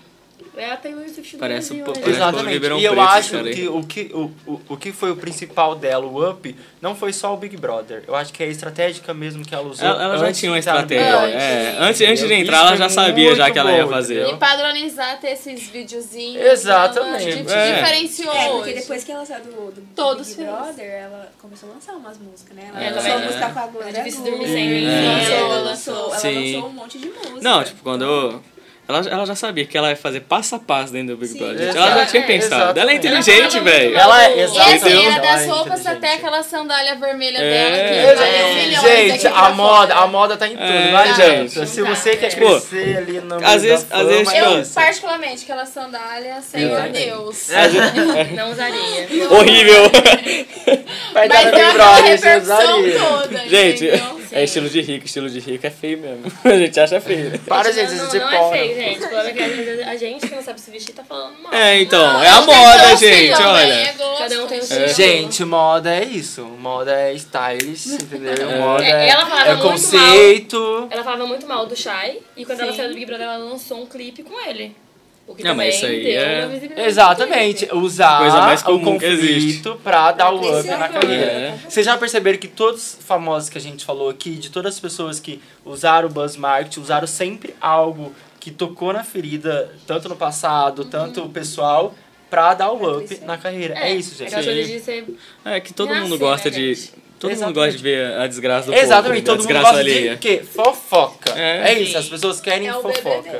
é a Taylor Swift do
Parece um
Brasil,
pouco- Parece povo
né?
de
Exatamente.
Ribeirão
E eu
Preto, esse
acho
cara aí.
que o que, o, o, o que foi o principal dela, o up, não foi só o Big Brother. Eu acho que é a estratégica mesmo que ela usou.
Ela, ela já
antes
tinha uma
de entrar no Big
estratégia.
Brother.
é. Antes, antes de
Entendeu?
entrar, ela
Isso
já
foi
sabia já
muito
que ela ia
bom,
fazer.
E padronizar ter esses videozinhos.
Ah.
então,
Exatamente.
né? Di-
É.
Diferenciou
É,
hoje.
porque depois que ela saiu do, do
Todos
Big
felizes.
Brother, ela começou a lançar umas músicas, né? Ela
É,
lançou
também,
a
né?
música com a Glória
É difícil
Groove,
dormir sem mim,
lançou,
né?
Ela lançou, ela
Sim.
lançou um monte de música.
Não, tipo, quando eu. Ela, ela já sabia que ela ia fazer passo a passo dentro do Big
Sim.
Brother. gente. Ela já tinha
É,
pensado.
exatamente.
Ela é inteligente,
Ela
velho.
falava
Ela é
E assim,
exatamente.
era das
Ela é
roupas até
inteligente.
aquela sandália vermelha
É.
dela. Que valeu
Gente,
milhões
gente,
aqui pra
a moda,
fora.
a moda tá em tudo,
É,
não adianta.
gente.
Se você quer
Tipo,
crescer ali no meio
às vezes-
da
às
fama,
vezes,
é
tipo,
Eu,
isso.
particularmente, aquela sandália, Senhor Deus.
É
né, Não usaria.
Horrível.
vai dar
Mas
no
deu
Big
aquela
Brother, você
repercussão
usaria.
toda,
Gente,
entendeu?
é estilo de rico. Estilo de rico é feio mesmo. A gente acha feio. né?
Para, gente,
não,
vocês
não, não é
decoram.
feio, gente. O problema é que às vezes, a gente que não sabe se vestir tá falando mal.
É, então. É a moda, gente.
é
Olha.
Cada um tem o seu.
É.
Gente, moda é isso. Moda é stylish, entendeu? Moda
É,
é,
ela falava
é
muito
conceito.
Ela falava muito mal do Shai e quando ela saiu do Big Brother, ela lançou um clipe com ele. O que
Não,
também
mas isso aí
deu
é-
uma visibilidade.
Exatamente, usar
Coisa mais
o
comum que existe.
conflito pra dar o up
crescer
na
a
carreira.
É.
Vocês já perceberam que todos os famosos que a gente falou aqui, de todas as pessoas que usaram o buzz marketing, usaram sempre algo que tocou na ferida, tanto no passado,
Uhum.
tanto o pessoal, pra dar o up na carreira. É, isso, gente.
Aquela
Sim.
coisa de ser
É que todo
Não é
mundo
assim,
gosta
né,
de.
gente?
Todo
Exatamente.
mundo gosta de ver a desgraça do povo.
Exatamente,
né? a
todo mundo
desgraça
gosta
alheia.
de quê? Fofoca. É,
É.
isso, as pessoas querem
É o
fofoca.
BBB.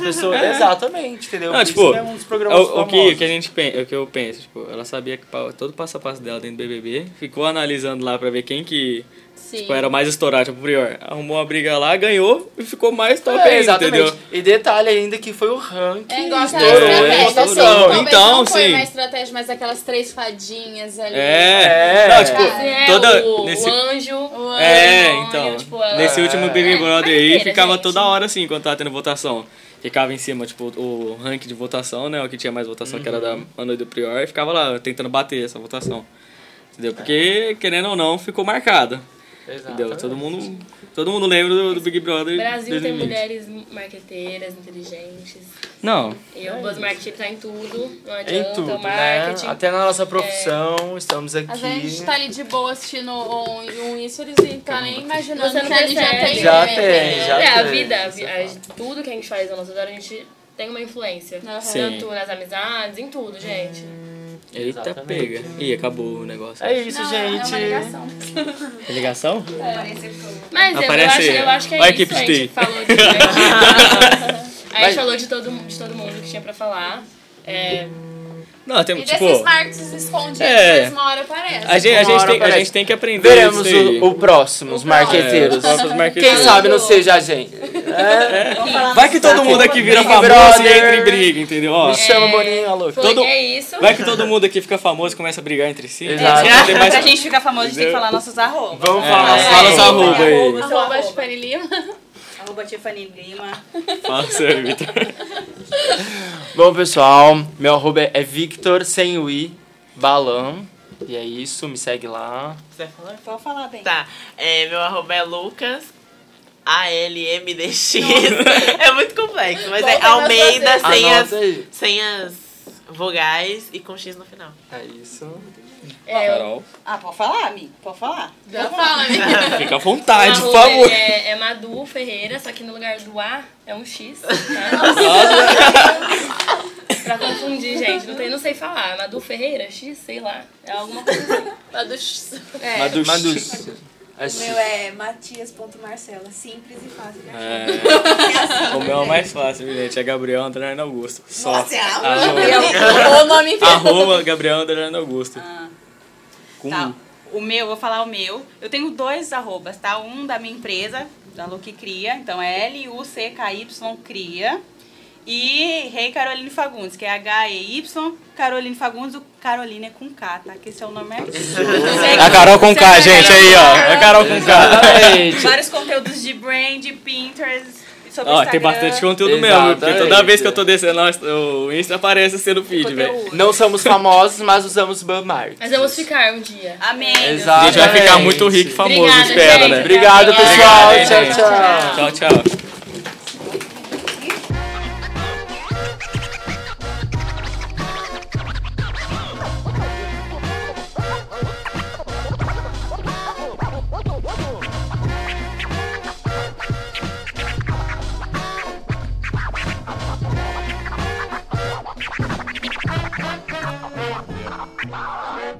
pessoas, exatamente, entendeu?
Não,
Por
tipo,
isso é um dos programas
o, o que,
famosos.
o que a gente pen- o que eu penso, tipo, ela sabia que pa- todo passo a passo dela dentro do BBB, ficou analisando lá pra ver quem que
Sim.
tipo, era o mais estourado, tipo, o Prior. Arrumou uma briga lá, ganhou e ficou mais top
É,
ainda,
exatamente.
entendeu?
E detalhe ainda que foi o ranking.
É igual aquela
Estourou,
estratégia,
estourou.
assim, talvez
Então,
não foi
sim.
uma estratégia, mas aquelas três fadinhas ali.
É,
É.
não, tipo,
Cara,
É,
toda.
o,
nesse,
o anjo.
é,
demônio,
então.
tipo, a-
nesse último Big
É,
Brother aí,
brincadeira,
ficava
gente.
toda hora assim, quando tava tendo votação. Ficava em cima, tipo, o ranking de votação, né? O que tinha mais votação, que era da Manu e do Prior, e ficava lá tentando bater essa votação. Entendeu? Porque, querendo ou não, ficou marcada. Entendeu? Todo mundo, todo mundo lembra do, do Big Brother.
Brasil tem
2020.
mulheres marqueteiras, inteligentes.
Não,
E o Buzz Marketing tá em tudo. Não adianta
É Em tudo,
o
né?
marketing.
Até na nossa profissão, estamos aqui.
Às vezes a gente tá ali de boa assistindo um, um isso, eles não tá nem imaginando
Você não
que ali já
percebe.
tem.
Já
né?
tem, já
é, a
tem,
vida, a
isso né?
vi- a- tudo que a gente faz ao nosso redor, a gente tem uma influência.
Sim.
Tanto nas amizades, em tudo, gente.
eita
Exatamente.
pega. Ih, acabou o negócio.
É isso,
Não, é
gente.
uma ligação.
É ligação?
Mas eu-
Aparece
eu, acho, eu acho que é
a
isso.
equipe
a
de
gente
TI.
falou de diversidade. A
Vai.
gente falou de todo, mu- de todo mundo que tinha pra falar. É,
Não, tem,
E
tipo.
desses marketing escondidos,
É.
mas uma hora aparece.
A gente, a,
Uma
gente
hora
tem, a
aparece.
gente tem que aprender
Veremos
isso aí.
o, o próximo, os marqueteiros.
É, os próprios
Quem
marqueteiros.
sabe não seja a gente. É.
Vai que todo mundo aqui vira
Big
famoso e
Brother. É,
entra em briga, entendeu? Ó,
Me chama Boninho, alô.
foi,
Todo-
é isso.
vai que todo mundo aqui fica famoso e começa a brigar entre si.
Exato.
Não tem mais-
Pra gente ficar famoso, a gente tem que falar nossos arrobas.
Vamos
É,
falar.
fala sua arroba aí.
Arroba,
Arroba
arroba.
Tiffany Lima.
Arroba Tiffany Lima.
Fala seu Vitor.
Bom, pessoal, meu arroba é Victor, sem o I, Balan. E é isso, me segue lá.
Quiser falar?
Vou falar bem.
Tá. É, meu arroba é Lucas. A-L-M-D-X. É muito complexo, mas é
Volta nas
Almeida sem as,
Anota aí.
sem as vogais e com X no final.
É isso.
É,
Carol,
Ah, pode falar, amigo? Pode falar.
Já fala, né?
fica à
o
vontade, por
arroba
favor.
É, é Madu Ferreira, só que no lugar do A é um X. Tá? pra confundir, gente. Não, tem, não sei falar. Madu Ferreira, X, sei lá. É alguma coisa assim.
Lá do X.
É.
Madux.
Madus. É
O
isso.
meu é matias.marcela, simples e fácil. de achar.
É, o meu é mais fácil, gente. É Gabriel Andrade Augusto. Só. Ah,
Nossa, é a
arroba,
Ou o nome inteiro.
arroba Gabriel Andrade Augusto.
Ah,
Com
tá.
um.
O meu, vou falar o meu. Eu tenho dois arrobas, tá? Um da minha empresa, da Luque Cria. Então é L-U-C-K-Y Cria. E Rei Caroline Fagundes, que é H-E-Y Caroline Fagundes. O Caroline é com K, tá? Que esse é o nome artístico.
É a Carol com K, gente, aí, ó. É a Carol com K.
Exatamente.
Vários conteúdos de brand, Pinterest, sobre
Ó,
Instagram.
tem bastante conteúdo mesmo, porque toda
Exatamente.
vez que eu tô descendo o Insta aparece assim no feed, velho.
conteúdo.
Não somos famosos, mas usamos Bud Mark.
Mas vamos ficar um dia.
Amém.
A gente vai
Exatamente.
ficar muito rico e famoso,
Obrigada,
espera,
gente.
né?
Obrigado,
Obrigada,
pessoal.
gente.
tchau. tchau.
Tchau, tchau.